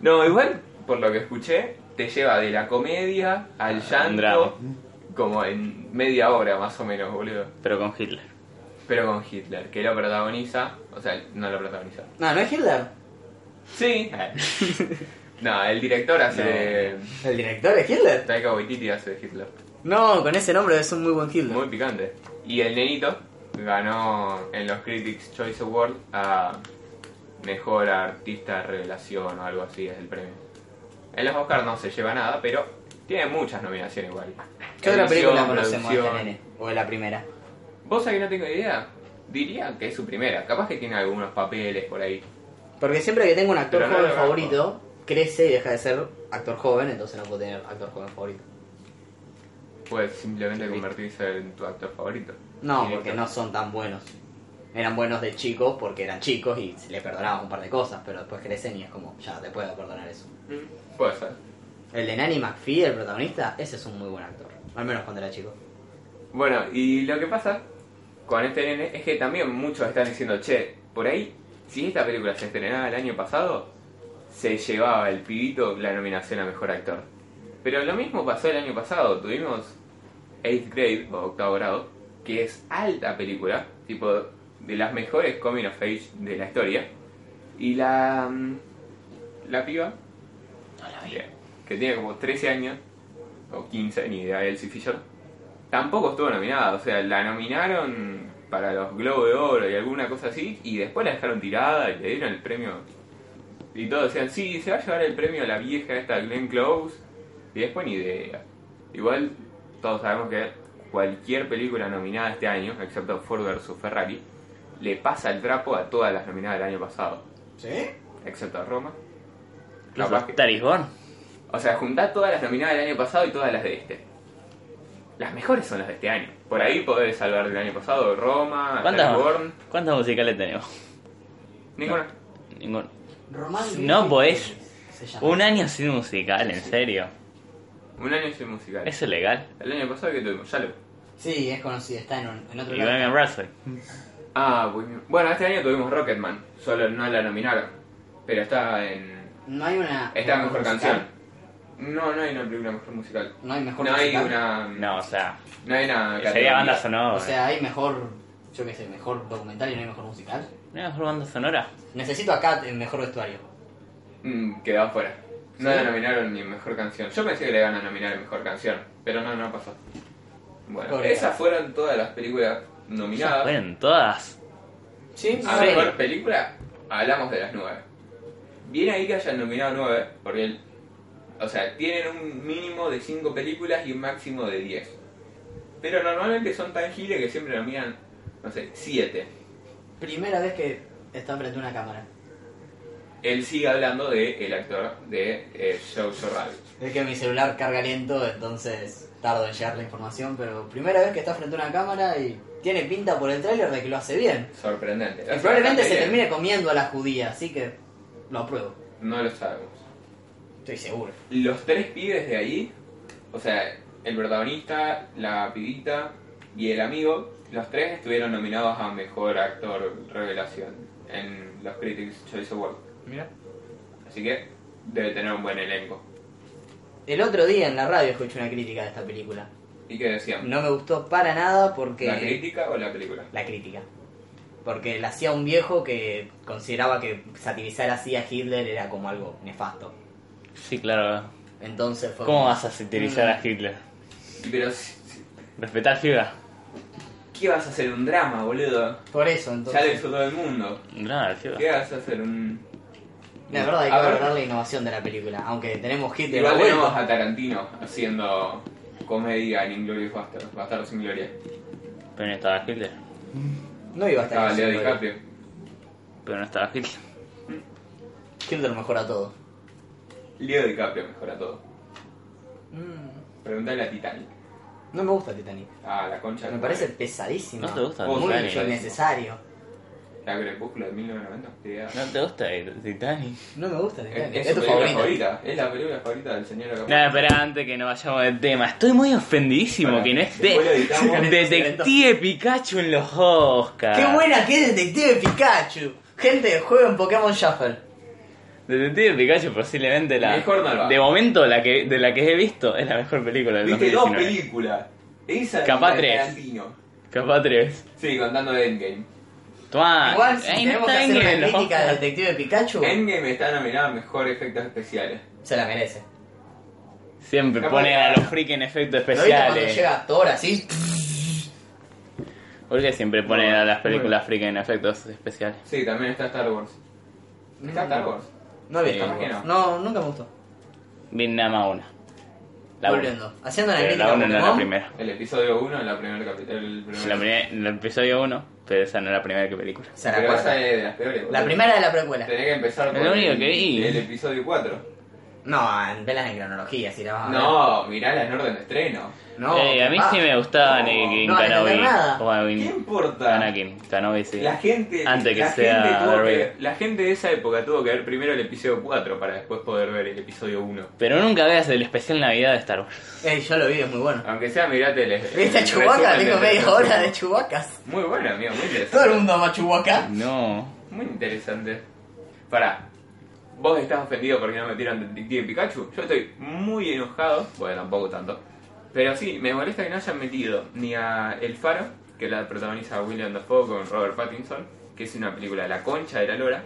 Speaker 2: No, igual, por lo que escuché, te lleva de la comedia al llanto.
Speaker 1: Ah, drama.
Speaker 2: Como en media hora más o menos, boludo.
Speaker 1: Pero con Hitler.
Speaker 2: Pero con Hitler, que lo protagoniza. O sea, no lo protagoniza.
Speaker 3: No, no es Hitler.
Speaker 1: <laughs>
Speaker 2: Sí. no, el director hace.
Speaker 3: ¿El director es Hitler?
Speaker 2: Taika Waititi hace de Hitler.
Speaker 3: No, con ese nombre es un muy buen Hitler.
Speaker 2: Muy picante. Y el nenito ganó en los Critics Choice Award a Mejor Artista Revelación o algo así es el premio. En los Oscars no se lleva nada, pero tiene muchas nominaciones igual.
Speaker 3: ¿Qué otra película
Speaker 2: Edición,
Speaker 3: conocemos de este
Speaker 2: producción.
Speaker 3: nene? O de la primera.
Speaker 2: Vos sabés que no tengo idea. Diría que es su primera. Capaz que tiene algunos papeles por ahí.
Speaker 3: Porque siempre que tengo un actor
Speaker 2: Pero no
Speaker 3: joven
Speaker 2: lo conozco.
Speaker 3: favorito, crece y deja de ser actor joven, entonces no puedo tener actor joven favorito.
Speaker 2: Puede simplemente convertirse en tu actor favorito.
Speaker 3: No,
Speaker 2: Director.
Speaker 3: porque no son tan buenos. Eran buenos de chicos porque eran chicos y le perdonábamos un par de cosas, pero después crecen y es como, ya te puedo perdonar eso.
Speaker 2: Mm, Puede ser.
Speaker 3: El de Nanny McPhee, el protagonista, ese es un muy buen actor. Al menos cuando era chico.
Speaker 2: Bueno, y lo que pasa con este nene es que también muchos están diciendo, che, por ahí, si esta película se estrenaba el año pasado, se llevaba el pibito la nominación a mejor actor. Pero lo mismo pasó el año pasado, tuvimos Eighth Grade o Octavo Grado, que es alta película, tipo de las mejores coming of age de la historia. Y la. mm, la piba, que- que tiene como 13 años, o 15, ni idea, Elsie Fisher, tampoco estuvo nominada. O sea, la nominaron para los Globo de Oro y alguna cosa así, y después la dejaron tirada y le dieron el premio. Y todos decían, sí, se va a llevar el premio la vieja esta Glenn Close, y después ni idea. Igual, todos sabemos que cualquier película nominada este año, excepto Ford vs Ferrari, le pasa el trapo a todas las nominadas del año pasado,
Speaker 3: ¿Sí?
Speaker 2: excepto a Roma.
Speaker 1: ¿Qué
Speaker 2: Capaz
Speaker 1: sos,
Speaker 2: que-
Speaker 1: Taris Born?
Speaker 2: o sea, juntá todas las nominadas del año pasado y todas las de este. Las mejores son las de este año. Por ahí podés salvar del año pasado Roma,
Speaker 1: ¿Cuántas,
Speaker 2: Born,
Speaker 1: ¿Cuántas musicales tenemos?
Speaker 2: ninguna.
Speaker 1: Ninguno.
Speaker 3: Román
Speaker 1: No,
Speaker 3: Griffith
Speaker 1: pues,
Speaker 3: se llama.
Speaker 1: Un año sin musical, en serio.
Speaker 2: Un año sin musical.
Speaker 1: ¿Eso es legal?
Speaker 2: El año pasado que tuvimos, ya lo.
Speaker 3: Sí, es conocido, está en, un- en otro
Speaker 1: Y
Speaker 3: lado.
Speaker 1: Bohemian Rhapsody.
Speaker 2: Ah, Bohemian- bueno, este año tuvimos Rocketman, solo no la nominaron, pero está en...
Speaker 3: No hay una.
Speaker 2: Está
Speaker 3: una
Speaker 2: mejor canción.
Speaker 3: musical.
Speaker 2: No, no hay una película mejor musical.
Speaker 3: No hay mejor
Speaker 2: No hay
Speaker 3: musical.
Speaker 2: una...
Speaker 1: No, o sea,
Speaker 2: No hay una...
Speaker 1: sería
Speaker 2: categoría.
Speaker 1: banda sonora.
Speaker 3: O sea, hay mejor. Yo qué sé, mejor documental y no hay mejor musical.
Speaker 1: ¿No hay mejor banda sonora?
Speaker 3: Necesito acá el mejor vestuario.
Speaker 2: Mm, quedó afuera. No
Speaker 3: ¿Sí?
Speaker 2: la nominaron ni mejor canción. Yo pensé que le iban a nominar mejor canción, pero no, no pasó. Bueno,
Speaker 3: Pobre
Speaker 2: esas
Speaker 3: gato.
Speaker 2: fueron todas las películas
Speaker 1: Ya
Speaker 2: nominadas.
Speaker 1: fueron todas.
Speaker 3: Sí,
Speaker 2: A
Speaker 1: Sí.
Speaker 2: mejor película, hablamos de las nueve. Bien ahí que hayan nominado nueve, porque el- o sea, tienen un mínimo de cinco películas y un máximo de diez. Pero normalmente son tan giles que siempre nominan, no sé, siete.
Speaker 3: Primera vez que están frente a una cámara.
Speaker 2: Él sigue hablando de el actor de eh, Jojo Rabbit.
Speaker 3: Es que mi celular carga lento, entonces tardo en llegar la información, pero primera vez que está frente a una cámara y tiene pinta por el tráiler de que lo hace bien.
Speaker 2: Sorprendente.
Speaker 3: Y probablemente se
Speaker 2: Bien.
Speaker 3: termine comiendo a la judía, así que lo apruebo.
Speaker 2: No lo sabemos.
Speaker 3: Estoy seguro.
Speaker 2: Los tres pibes de ahí, o sea, el protagonista, la pibita y el amigo, los tres estuvieron nominados a Mejor Actor Revelación en los Critics Choice Awards.
Speaker 3: Mira.
Speaker 2: Así que debe tener un buen elenco.
Speaker 3: El otro día en la radio escuché una crítica de esta película.
Speaker 2: ¿Y qué decían?
Speaker 3: No me gustó para nada porque...
Speaker 2: ¿La crítica o la película?
Speaker 3: la crítica. Porque la hacía un viejo que consideraba que satirizar así a Hitler era como algo nefasto.
Speaker 1: Sí, claro.
Speaker 3: Entonces fue...
Speaker 1: ¿Cómo vas a satirizar a Hitler?
Speaker 2: Pero, si- si-
Speaker 1: ¿Respetar FIBA?
Speaker 2: ¿qué vas a hacer? ¿Un drama, boludo?
Speaker 3: Por eso,
Speaker 2: Ya lo
Speaker 3: entonces...
Speaker 2: hizo todo el mundo.
Speaker 1: No, FIBA.
Speaker 2: ¿Qué vas a hacer? Un...
Speaker 3: La verdad hay que
Speaker 2: A ver.
Speaker 3: valorar la innovación de la película, aunque tenemos Hitler...
Speaker 2: Igual
Speaker 3: de vuelta.
Speaker 2: tenemos a Tarantino haciendo comedia en Inglorious Bastards, Bastardos sin Gloria.
Speaker 1: Pero no estaba Hitler.
Speaker 3: No iba a
Speaker 2: Estaba
Speaker 3: estar... en
Speaker 2: Ah, Leo
Speaker 3: ese lugar.
Speaker 2: DiCaprio.
Speaker 1: Pero no estaba Hitler.
Speaker 3: Hitler mejora todo.
Speaker 2: Leo DiCaprio mejora todo. Pregúntale a Titanic.
Speaker 3: No me gusta Titanic.
Speaker 2: Ah, la concha.
Speaker 3: Me
Speaker 2: de-
Speaker 3: parece pesadísimo.
Speaker 1: ¿No te gusta
Speaker 3: Muy
Speaker 2: Titanic?
Speaker 3: innecesario.
Speaker 2: La Crepúsculo de 1990. qué idea.
Speaker 1: ¿No te gusta el Titanic?
Speaker 3: No me gusta
Speaker 2: Es,
Speaker 3: Titanic.
Speaker 2: es su
Speaker 3: Es, tu
Speaker 2: película
Speaker 3: favorito.
Speaker 2: favorita. Es la película favorita del señor
Speaker 1: No, espera, antes que nos vayamos del tema. Estoy muy ofendidísimo
Speaker 2: Para,
Speaker 1: que no esté
Speaker 2: después
Speaker 1: <laughs>
Speaker 2: lo editamos.
Speaker 1: Detective Pikachu en los Oscars.
Speaker 3: ¡Qué buena que es Detective Pikachu! Gente, jueguen Pokémon Shuffle.
Speaker 1: Detective Pikachu posiblemente la...
Speaker 2: Mejor no va.
Speaker 1: de momento la que, de la que he visto es la mejor película del
Speaker 2: Viste dos
Speaker 1: 2019.
Speaker 2: películas. Esa y
Speaker 1: Capaz
Speaker 2: la de
Speaker 1: tres.
Speaker 2: Tarantino.
Speaker 1: Capaz tres.
Speaker 2: Sí, contando de Endgame.
Speaker 1: Tomá.
Speaker 3: Igual, si
Speaker 1: Ahí Ah, eh, no
Speaker 3: tenemos que
Speaker 1: está
Speaker 3: hacer
Speaker 1: Endgame en
Speaker 3: una
Speaker 1: los
Speaker 3: crítica de este-
Speaker 1: Oscars.
Speaker 3: Detective Pikachu,
Speaker 2: Endgame está nominado a mejor efectos especiales.
Speaker 3: se la merece.
Speaker 1: Siempre
Speaker 2: Capaz
Speaker 1: ponen
Speaker 2: que
Speaker 1: a
Speaker 2: gana.
Speaker 1: los freaking efectos
Speaker 3: Pero viste cuando
Speaker 1: especiales.
Speaker 3: llega Thor así,
Speaker 1: Porque siempre ponen
Speaker 2: No,
Speaker 1: a las
Speaker 2: bueno.
Speaker 1: películas freaking efectos especiales.
Speaker 2: Sí, también está Star Wars. ¿Está
Speaker 3: Mm.
Speaker 2: Star Wars? Eh,
Speaker 3: no había Star
Speaker 2: ¿Por qué
Speaker 3: Wars. No, nunca me gustó.
Speaker 1: Bien nada más una. La uno.
Speaker 3: Volviendo, haciendo una
Speaker 1: Pero
Speaker 3: crítica
Speaker 1: la
Speaker 3: a
Speaker 1: 1 no es la
Speaker 3: Pokémon,
Speaker 1: primera.
Speaker 2: El episodio 1 en la primera capítulo. El primer...
Speaker 1: La primera, el episodio 1, pero esa no es la primera que película.
Speaker 3: se la
Speaker 2: Pero esa
Speaker 3: cuarta.
Speaker 2: es de las peores.
Speaker 3: La
Speaker 2: boludo.
Speaker 3: primera de la precuela.
Speaker 2: Tenés que empezar
Speaker 1: Es
Speaker 2: por
Speaker 1: lo único
Speaker 2: el,
Speaker 1: que vi.
Speaker 2: el episodio 4.
Speaker 3: No, en velas en cronología, si la vas a ver.
Speaker 2: No, mirala en orden de estreno.
Speaker 3: no.
Speaker 1: Eh, a mí
Speaker 3: papá.
Speaker 1: sí me gustaba
Speaker 2: No,
Speaker 1: Anakin
Speaker 3: no van a
Speaker 1: Kenobi.
Speaker 3: entender
Speaker 1: O
Speaker 3: nada.
Speaker 2: ¿Qué
Speaker 1: Anakin,
Speaker 2: importa?
Speaker 1: Anakin Kenobi, sí.
Speaker 2: La gente.
Speaker 1: Antes que
Speaker 2: la
Speaker 1: sea
Speaker 2: gente tuvo
Speaker 1: Darth
Speaker 2: que-
Speaker 1: Vader.
Speaker 2: la gente de esa época tuvo que ver primero el episodio 4 para después poder ver el episodio 1.
Speaker 1: Pero nunca veas el especial Navidad de Star Wars.
Speaker 3: Ey, yo lo vi, es muy bueno.
Speaker 2: Aunque sea, mirate el.
Speaker 3: ¿Viste
Speaker 2: Ah,
Speaker 3: a
Speaker 2: el
Speaker 3: Chewbacca?
Speaker 2: resumen
Speaker 3: Tengo
Speaker 2: del-
Speaker 3: media hora de Chewbacca.
Speaker 2: Muy bueno, amigo, muy
Speaker 3: Todo el
Speaker 2: interesante.
Speaker 3: mundo ama a Chewbacca.
Speaker 1: No.
Speaker 2: Muy interesante. Pará. Vos estás ofendido porque no metieron Detective Pikachu. Yo estoy muy enojado. Bueno, tampoco tanto. Pero sí, me molesta que no hayan metido ni a El Faro, que la protagoniza William Dafoe con Robert Pattinson, que es una película de la concha de la lora.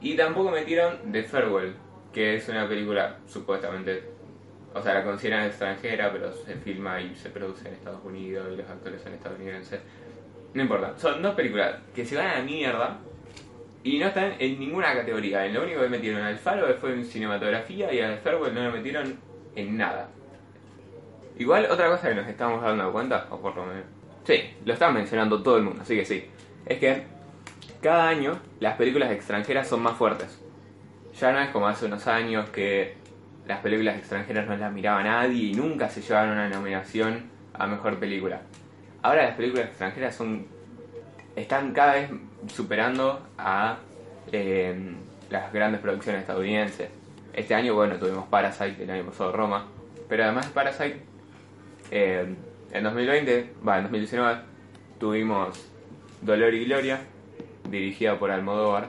Speaker 2: Y tampoco metieron The Farewell, que es una película supuestamente... O sea, la consideran extranjera, pero se filma y se produce en Estados Unidos y los actores son estadounidenses. No importa, son dos películas que se van a la mierda y no están en ninguna categoría. En lo único que metieron al Faro fue en cinematografía y al Farwell no lo metieron en nada. Igual, otra cosa que nos estamos dando cuenta, o por lo menos. Sí, lo está mencionando todo el mundo, así que sí. Es que cada año las películas extranjeras son más fuertes. Ya no es como hace unos años que las películas extranjeras no las miraba nadie y nunca se llevaron una nominación a mejor película. Ahora las películas extranjeras son están cada vez superando a eh, las grandes producciones estadounidenses. Este año, bueno, tuvimos Parasite, el año pasado Roma, pero además de Parasite, eh, en 2020, va, en 2019, tuvimos Dolor y Gloria, dirigida por Almodóvar,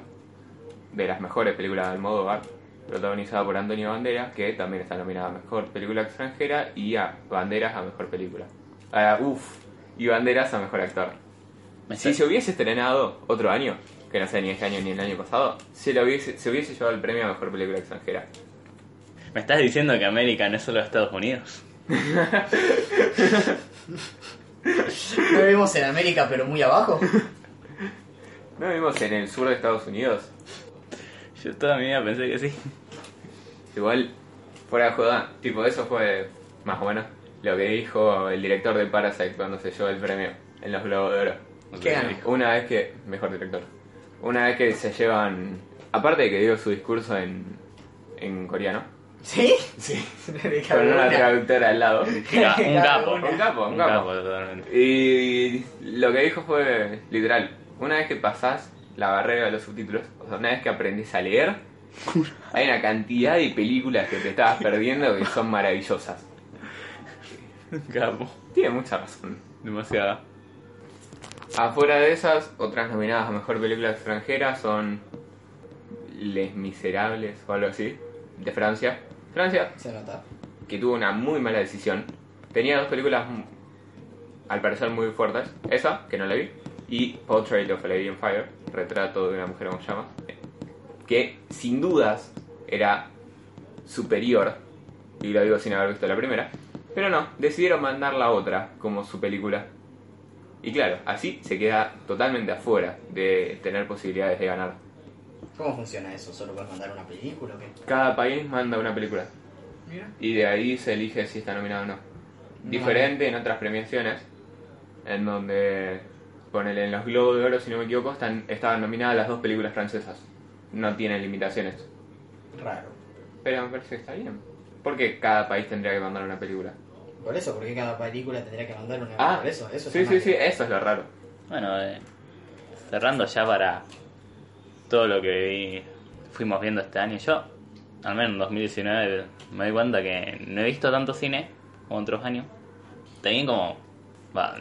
Speaker 2: de las mejores películas de Almodóvar, protagonizada por Antonio Banderas, que también está nominada a Mejor Película Extranjera y a Banderas a Mejor Película. Ah, uf, y Banderas a Mejor Actor.
Speaker 1: Me
Speaker 2: Si
Speaker 1: está-
Speaker 2: se hubiese estrenado otro año, que no sea ni este año ni el año pasado, se, lo hubiese, se hubiese llevado el premio a Mejor Película Extranjera.
Speaker 1: ¿Me estás diciendo que América no es solo Estados Unidos?
Speaker 3: ¿No vivimos en América, pero muy abajo?
Speaker 2: ¿No vivimos en el sur de Estados Unidos?
Speaker 1: Yo toda mi vida pensé que sí.
Speaker 2: Igual, fuera de joda, tipo, eso fue más o menos lo que dijo el director de Parasite cuando se llevó el premio en los Globos de Oro.
Speaker 3: ¿Qué ganó?
Speaker 2: Una vez que, mejor director, una vez que se llevan, aparte de que dio su discurso en, en coreano,
Speaker 3: ¿Sí? Sí. <laughs> De
Speaker 2: con
Speaker 3: cada
Speaker 2: una
Speaker 3: una.
Speaker 2: traductora al
Speaker 3: <laughs>
Speaker 2: lado,
Speaker 1: Mira, un capo.
Speaker 2: un capo, un capo.
Speaker 1: totalmente.
Speaker 2: Y lo que dijo fue literal, una vez que pasás la barrera de los subtítulos, o sea, una vez que aprendes a leer, hay una cantidad de películas que te estabas perdiendo que son maravillosas.
Speaker 1: Un capo.
Speaker 2: Tiene mucha razón.
Speaker 1: Demasiada.
Speaker 2: Afuera de esas, otras nominadas a Mejor Película Extranjera son Les Miserables o algo así, de Francia. Francia,
Speaker 3: Se nota.
Speaker 2: que tuvo una muy mala decisión. Tenía dos películas, mm, al parecer, muy fuertes. Esa, que no la vi, y Portrait of a Lady on Fire, Retrato de una mujer con llamas, que sin dudas era superior, y lo digo sin haber visto la primera, pero no, decidieron mandar la otra como su película. Y claro, así se queda totalmente afuera de tener posibilidades de ganar.
Speaker 3: ¿Cómo funciona eso? ¿Solo puedes mandar una película o qué?
Speaker 2: Cada país manda una película.
Speaker 3: Mira.
Speaker 2: Y de ahí se elige si está nominado o no. Diferente en otras premiaciones, en donde, ponele, en los Globos de Oro, si no me equivoco, están, estaban nominadas las dos películas francesas. No tienen limitaciones.
Speaker 3: Raro.
Speaker 2: Pero me parece que está bien. Porque cada país tendría que mandar una película.
Speaker 3: Por eso, porque cada película tendría que mandar una.
Speaker 2: Ah,
Speaker 3: por eso, eso
Speaker 2: sí,
Speaker 3: está
Speaker 2: sí,
Speaker 3: mal.
Speaker 2: sí, eso es lo raro.
Speaker 1: Bueno, eh, cerrando ya para todo lo que vi- fuimos viendo este año. Yo, al menos en 2019, me doy cuenta que no he visto tanto cine como otros años. También como... va,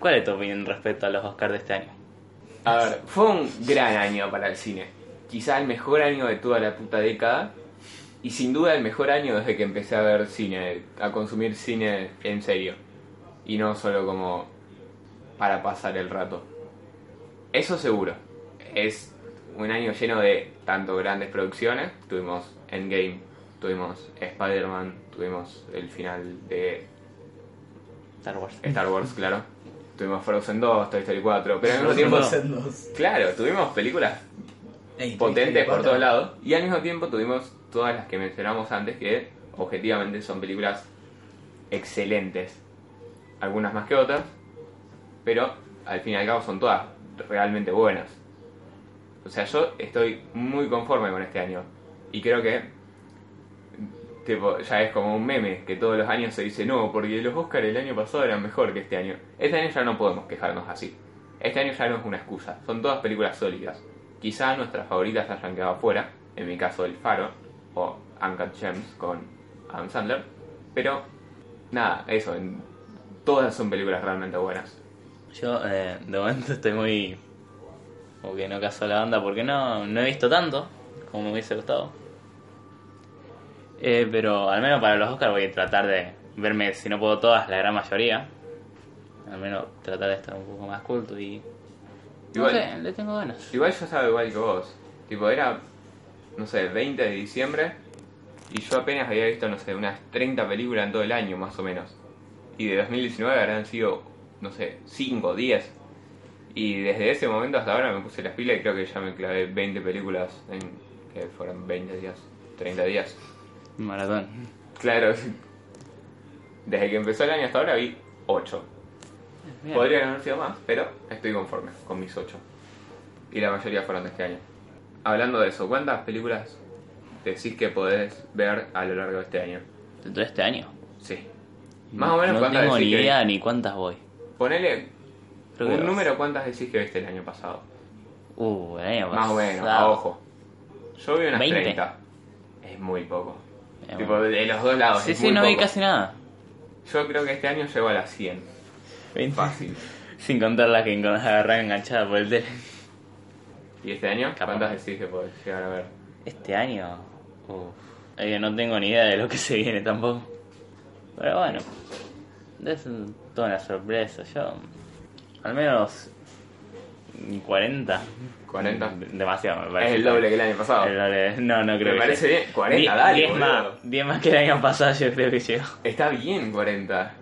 Speaker 1: ¿Cuál es tu opinión respecto a los Oscars de este año?
Speaker 2: A ver, fue un gran año para el cine. Quizá el mejor año de toda la puta década. Y sin duda el mejor año desde que empecé a ver cine, a consumir cine en serio. Y no solo como para pasar el rato. Eso seguro. Es un año lleno de tanto grandes producciones. Tuvimos Endgame, tuvimos Spider-Man, tuvimos el final de
Speaker 1: Star Wars.
Speaker 2: Star Wars, claro. Tuvimos Frozen 2, Toy Story 4, pero al mismo tiempo...
Speaker 3: Frozen dos.
Speaker 2: Claro, tuvimos películas
Speaker 3: Ey,
Speaker 2: potentes por
Speaker 3: cuatro.
Speaker 2: todos lados y al mismo tiempo tuvimos todas las que mencionamos antes que objetivamente son películas excelentes. Algunas más que otras, pero al fin y al cabo son todas realmente buenas. O sea, yo estoy muy conforme con este año y creo que tipo, ya es como un meme que todos los años se dice no, porque los Oscars el año pasado eran mejor que este año. Este año ya no podemos quejarnos así. Este año ya no es una excusa, son todas películas sólidas. Quizá nuestras favoritas hayan quedado afuera, en mi caso El Faro o Uncut Gems con Adam Sandler, pero nada, eso, en- todas son películas realmente buenas.
Speaker 1: Yo, eh, de momento, estoy muy. como que no caso la banda porque no, no he visto tanto como me hubiese gustado. Eh, pero al menos para los Oscars voy a tratar de verme, si no puedo todas, la gran mayoría. Al menos tratar de estar un poco más culto y. No
Speaker 2: Igual.
Speaker 1: sé, le tengo ganas.
Speaker 2: Igual yo estaba igual que vos, tipo era, no sé, 20 de diciembre y yo apenas había visto, no sé, unas 30 películas en todo el año más o menos. Y de 2019 habrán sido, no sé, 5 o 10. Y desde ese momento hasta ahora me puse las pilas y creo que ya me clavé 20 películas en que fueron 20 días, 30 días.
Speaker 1: Maratón.
Speaker 2: Claro, desde que empezó el año hasta ahora vi 8.
Speaker 1: Bien.
Speaker 2: Podrían haber sido más, pero estoy conforme con mis 8. Y la mayoría fueron de este año. Hablando de eso, ¿cuántas películas decís que podés ver a lo largo de este año?
Speaker 1: De todo este año.
Speaker 2: Sí. Más o menos
Speaker 1: No
Speaker 2: cuántas
Speaker 1: tengo ni
Speaker 2: decís que-
Speaker 1: idea ni cuántas voy.
Speaker 2: Ponele
Speaker 1: Creo que
Speaker 2: un
Speaker 1: dos.
Speaker 2: número, ¿cuántas decís que viste el año pasado?
Speaker 1: Uh, el año
Speaker 2: Más o menos, a
Speaker 1: pasado.
Speaker 2: ojo. Yo vi unas
Speaker 1: 20.
Speaker 2: 30. Es muy poco.
Speaker 1: Eh,
Speaker 2: tipo,
Speaker 1: bueno.
Speaker 2: de los dos lados.
Speaker 1: Sí,
Speaker 2: es
Speaker 1: sí,
Speaker 2: muy
Speaker 1: no vi
Speaker 2: poco.
Speaker 1: casi nada.
Speaker 2: Yo creo que este año llego a las 100. Fácil.
Speaker 1: Sin contar las que nos agarran enganchada por el tele.
Speaker 2: ¿Y este año?
Speaker 1: Capaz.
Speaker 2: ¿Cuántas decís que podés llegar a ver?
Speaker 1: Este año. Uf. Eh, no tengo ni idea de lo que se viene tampoco. Pero bueno. Es un- toda una sorpresa. Yo. Al menos. 40.
Speaker 2: 40.
Speaker 1: Mm, Demasiado, me
Speaker 2: Es
Speaker 1: parece.
Speaker 2: el doble que el año pasado.
Speaker 1: El doble. No, no creo
Speaker 2: Me
Speaker 1: que
Speaker 2: parece
Speaker 1: llegue.
Speaker 2: bien. 40,
Speaker 1: Die-
Speaker 2: dale,
Speaker 1: diez
Speaker 2: boludo.
Speaker 1: más, 10 más que el año pasado, yo creo que llegó.
Speaker 2: Está bien 40.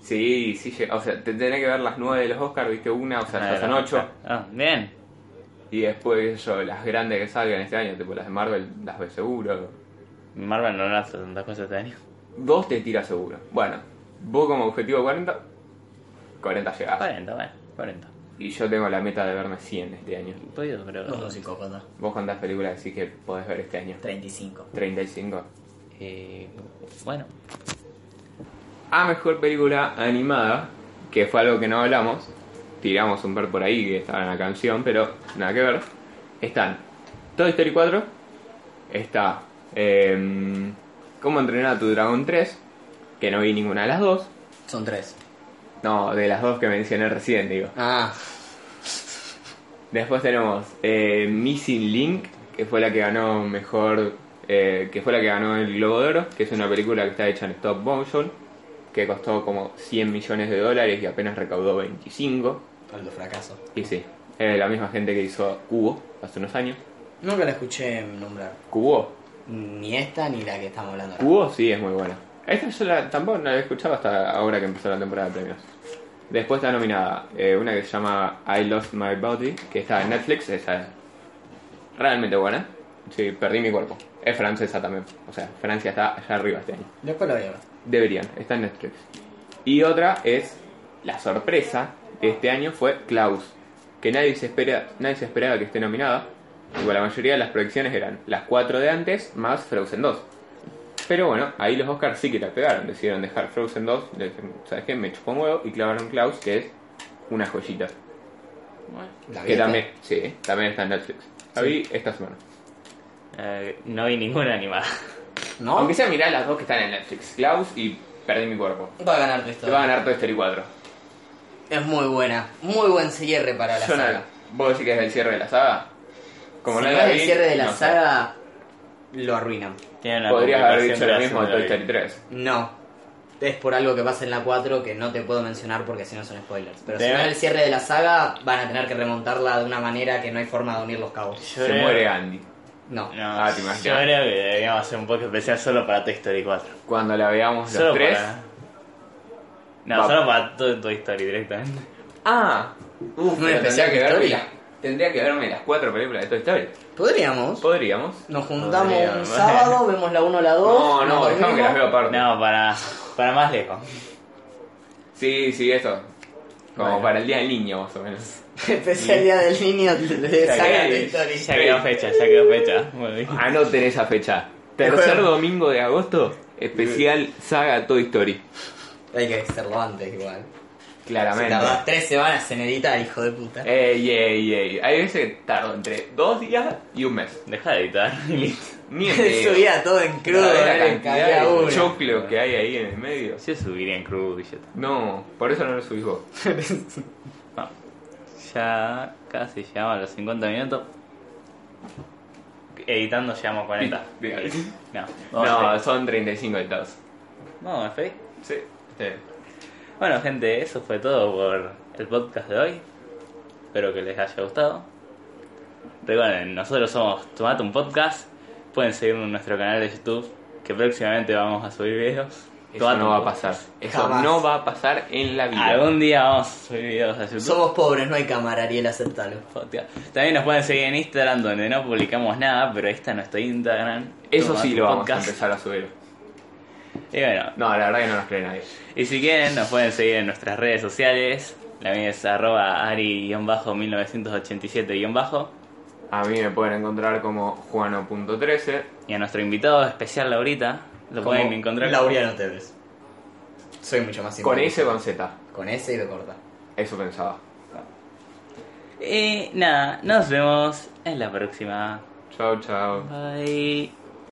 Speaker 2: Sí, sí, llega- o sea, te tenés que ver las 9 de los Oscars, viste una, o sea, ya son 8.
Speaker 1: Ah, bien.
Speaker 2: Y después, qué sé yo, las grandes que salgan este año, tipo las de Marvel, las ves seguro.
Speaker 1: Marvel no lanza tantas cosas este año.
Speaker 2: Dos te tiras seguro. Bueno, vos como objetivo 40, 40 llegás.
Speaker 1: 40, bueno, 40.
Speaker 2: Y yo tengo la meta de verme 100 este año.
Speaker 1: Podido, pero.
Speaker 3: Los dos psicópatas.
Speaker 2: ¿Vos cuántas películas decís que podés ver este año?
Speaker 3: 35.
Speaker 2: 35.
Speaker 1: Eh, bueno,
Speaker 2: A mejor película animada, que fue algo que no hablamos. Tiramos un par por ahí que estaba en la canción, pero nada que ver. Están Toy Story 4. Está eh, Cómo entrenar a tu dragón 3. Que no vi ninguna de las dos.
Speaker 3: Son tres.
Speaker 2: No, de las dos que mencioné recién, digo.
Speaker 3: Ah,
Speaker 2: Después tenemos eh, Missing Link, que fue la que ganó mejor. eh, que fue la que ganó el Globo de Oro, que es una película que está hecha en stop motion, que costó como 100 millones de dólares y apenas recaudó 25.
Speaker 3: alto fracaso.
Speaker 2: Y sí, es la misma gente que hizo Cubo hace unos años.
Speaker 3: Nunca la escuché nombrar.
Speaker 2: ¿Cubo?
Speaker 3: Ni esta ni la que estamos hablando. ahora.
Speaker 2: Cubo sí es muy buena. Esta yo la, tampoco la he escuchado hasta ahora que empezó la temporada de premios. Después está nominada eh, una que se llama I Lost My Body, que está en Netflix, esa es realmente buena. Sí, perdí mi cuerpo. Es francesa también, o sea, Francia está allá arriba este año.
Speaker 3: Después la voy a ver.
Speaker 2: Deberían, está en Netflix. Y otra es la sorpresa de este año fue Klaus, que nadie se espera, nadie se esperaba que esté nominada. Igual la mayoría de las proyecciones eran las cuatro de antes más Frozen 2. Pero bueno, ahí los Oscars sí que la pegaron, decidieron dejar Frozen 2, le dijeron, ¿sabes qué? Me chupó un huevo y clavaron Klaus, que es una joyita.
Speaker 3: ¿La
Speaker 2: Que
Speaker 3: viste?
Speaker 2: también, sí, también está en Netflix. La
Speaker 3: Sí.
Speaker 2: vi esta semana.
Speaker 1: eh, no vi ninguna animada. <laughs>
Speaker 3: ¿No?
Speaker 2: Aunque sea mirar las dos que están en Netflix, Klaus y Perdí mi cuerpo.
Speaker 3: Va a ganar
Speaker 2: Te
Speaker 3: esto.
Speaker 2: va a ganar Toy Story 4.
Speaker 3: Es muy buena. Muy buen cierre para la
Speaker 2: Yo no-
Speaker 3: saga.
Speaker 2: ¿Vos decís que es el cierre de la saga?
Speaker 3: si
Speaker 2: no
Speaker 3: no
Speaker 2: la
Speaker 3: es el
Speaker 2: vi,
Speaker 3: cierre de la
Speaker 2: no sé.
Speaker 3: saga, lo arruinan.
Speaker 1: Tiene una
Speaker 2: Podrías haber dicho
Speaker 1: complicación
Speaker 2: lo mismo de Toy Story
Speaker 1: relación
Speaker 2: 3.
Speaker 3: No. Es por algo que pasa en la 4 que no te puedo mencionar porque si no son spoilers. Pero si
Speaker 1: Debe-
Speaker 3: no es el cierre de la saga, van a tener que remontarla de una manera que no hay forma de unir los cabos.
Speaker 1: Yo
Speaker 2: Se
Speaker 1: creo-
Speaker 2: muere Andy.
Speaker 3: No.
Speaker 1: No,
Speaker 2: Ah, te imaginas.
Speaker 1: yo creo que deberíamos hacer un poco especial solo para Toy Story 4.
Speaker 2: Cuando la veamos los
Speaker 1: Solo
Speaker 2: tres.
Speaker 1: para. No,
Speaker 2: Va.
Speaker 1: solo para todo Toy Story directamente.
Speaker 2: Ah,
Speaker 3: Uf,
Speaker 2: pero tendría que, verme las- tendría que verme las cuatro películas de Toy Story.
Speaker 3: Podríamos.
Speaker 2: Podríamos.
Speaker 3: Nos juntamos un
Speaker 1: Podríamos.
Speaker 3: sábado, vemos la 1 la 2.
Speaker 2: No, no, dejame que las veo aparte.
Speaker 1: No, para, para más lejos.
Speaker 2: Sí, sí, eso. Como
Speaker 1: Bueno.
Speaker 2: para el día del niño, más o menos.
Speaker 3: <laughs> Especialidad del niño de
Speaker 1: Ya
Speaker 3: saga
Speaker 1: que-
Speaker 3: de
Speaker 1: Ya
Speaker 3: Toy Story.
Speaker 1: quedó fecha, ya quedó fecha. Muy bien.
Speaker 2: Anoten esa fecha. Tercer
Speaker 3: Bueno.
Speaker 2: domingo de agosto, especial saga Toy Story.
Speaker 3: Hay que hacerlo antes igual. Se
Speaker 2: Claramente.
Speaker 3: tardás tres semanas en editar, hijo de puta.
Speaker 2: Ey, ey, ey. Hay veces que tardo entre dos días y un mes.
Speaker 1: Deja de editar <laughs> y listo.
Speaker 2: Ni
Speaker 3: <laughs>
Speaker 2: en medio.
Speaker 3: Subía todo en crudo,
Speaker 2: La verdad,
Speaker 3: era
Speaker 2: la cantidad
Speaker 3: cada
Speaker 2: de
Speaker 3: uno.
Speaker 2: choclo que hay ahí en el medio.
Speaker 1: Yo subiría en crudo y ya está.
Speaker 2: No, por eso no lo subís vos.
Speaker 1: Vamos. Ya casi llegamos a los 50 minutos. Editando llegamos a 40.
Speaker 2: Bien.
Speaker 1: No,
Speaker 2: No,
Speaker 1: vamos
Speaker 2: son 35 editados.
Speaker 1: no, Fede.
Speaker 2: Sí.
Speaker 1: Bueno, gente, eso fue todo por el podcast de hoy. Espero que les haya gustado. Recuerden, nosotros somos Tomate un Podcast. Pueden seguirnos en nuestro canal de YouTube, que próximamente vamos a subir videos.
Speaker 2: Eso
Speaker 1: Tomate
Speaker 2: no
Speaker 1: un
Speaker 2: va a
Speaker 1: Podcast.
Speaker 2: pasar. Eso
Speaker 3: Jamás.
Speaker 2: no va a pasar en la vida.
Speaker 1: Algún día vamos a subir videos a YouTube.
Speaker 3: Somos pobres, no hay cámara, Ariel, aceptalo.
Speaker 1: Podcast. También nos pueden seguir en Instagram, donde no publicamos nada, pero ahí está nuestro Instagram.
Speaker 2: Eso
Speaker 1: Tomate
Speaker 2: sí
Speaker 1: un
Speaker 2: lo vamos
Speaker 1: Podcast.
Speaker 2: a empezar a subir.
Speaker 1: Y bueno,
Speaker 2: No, la verdad que no nos cree nadie.
Speaker 1: Y si quieren, nos pueden seguir en nuestras redes sociales. La mía es arroba ari-1987-
Speaker 2: A mí me pueden encontrar como juano.13.
Speaker 1: y a nuestro invitado especial Laurita. Lo
Speaker 2: Como
Speaker 1: pueden encontrar
Speaker 3: Laureano Tevez. Soy mucho más
Speaker 2: Con
Speaker 3: simpático.
Speaker 2: S o con Z.
Speaker 3: Con ese y lo corta.
Speaker 2: Eso pensaba.
Speaker 1: Y nada, nos vemos en la próxima.
Speaker 2: Chao, chao.
Speaker 1: Bye.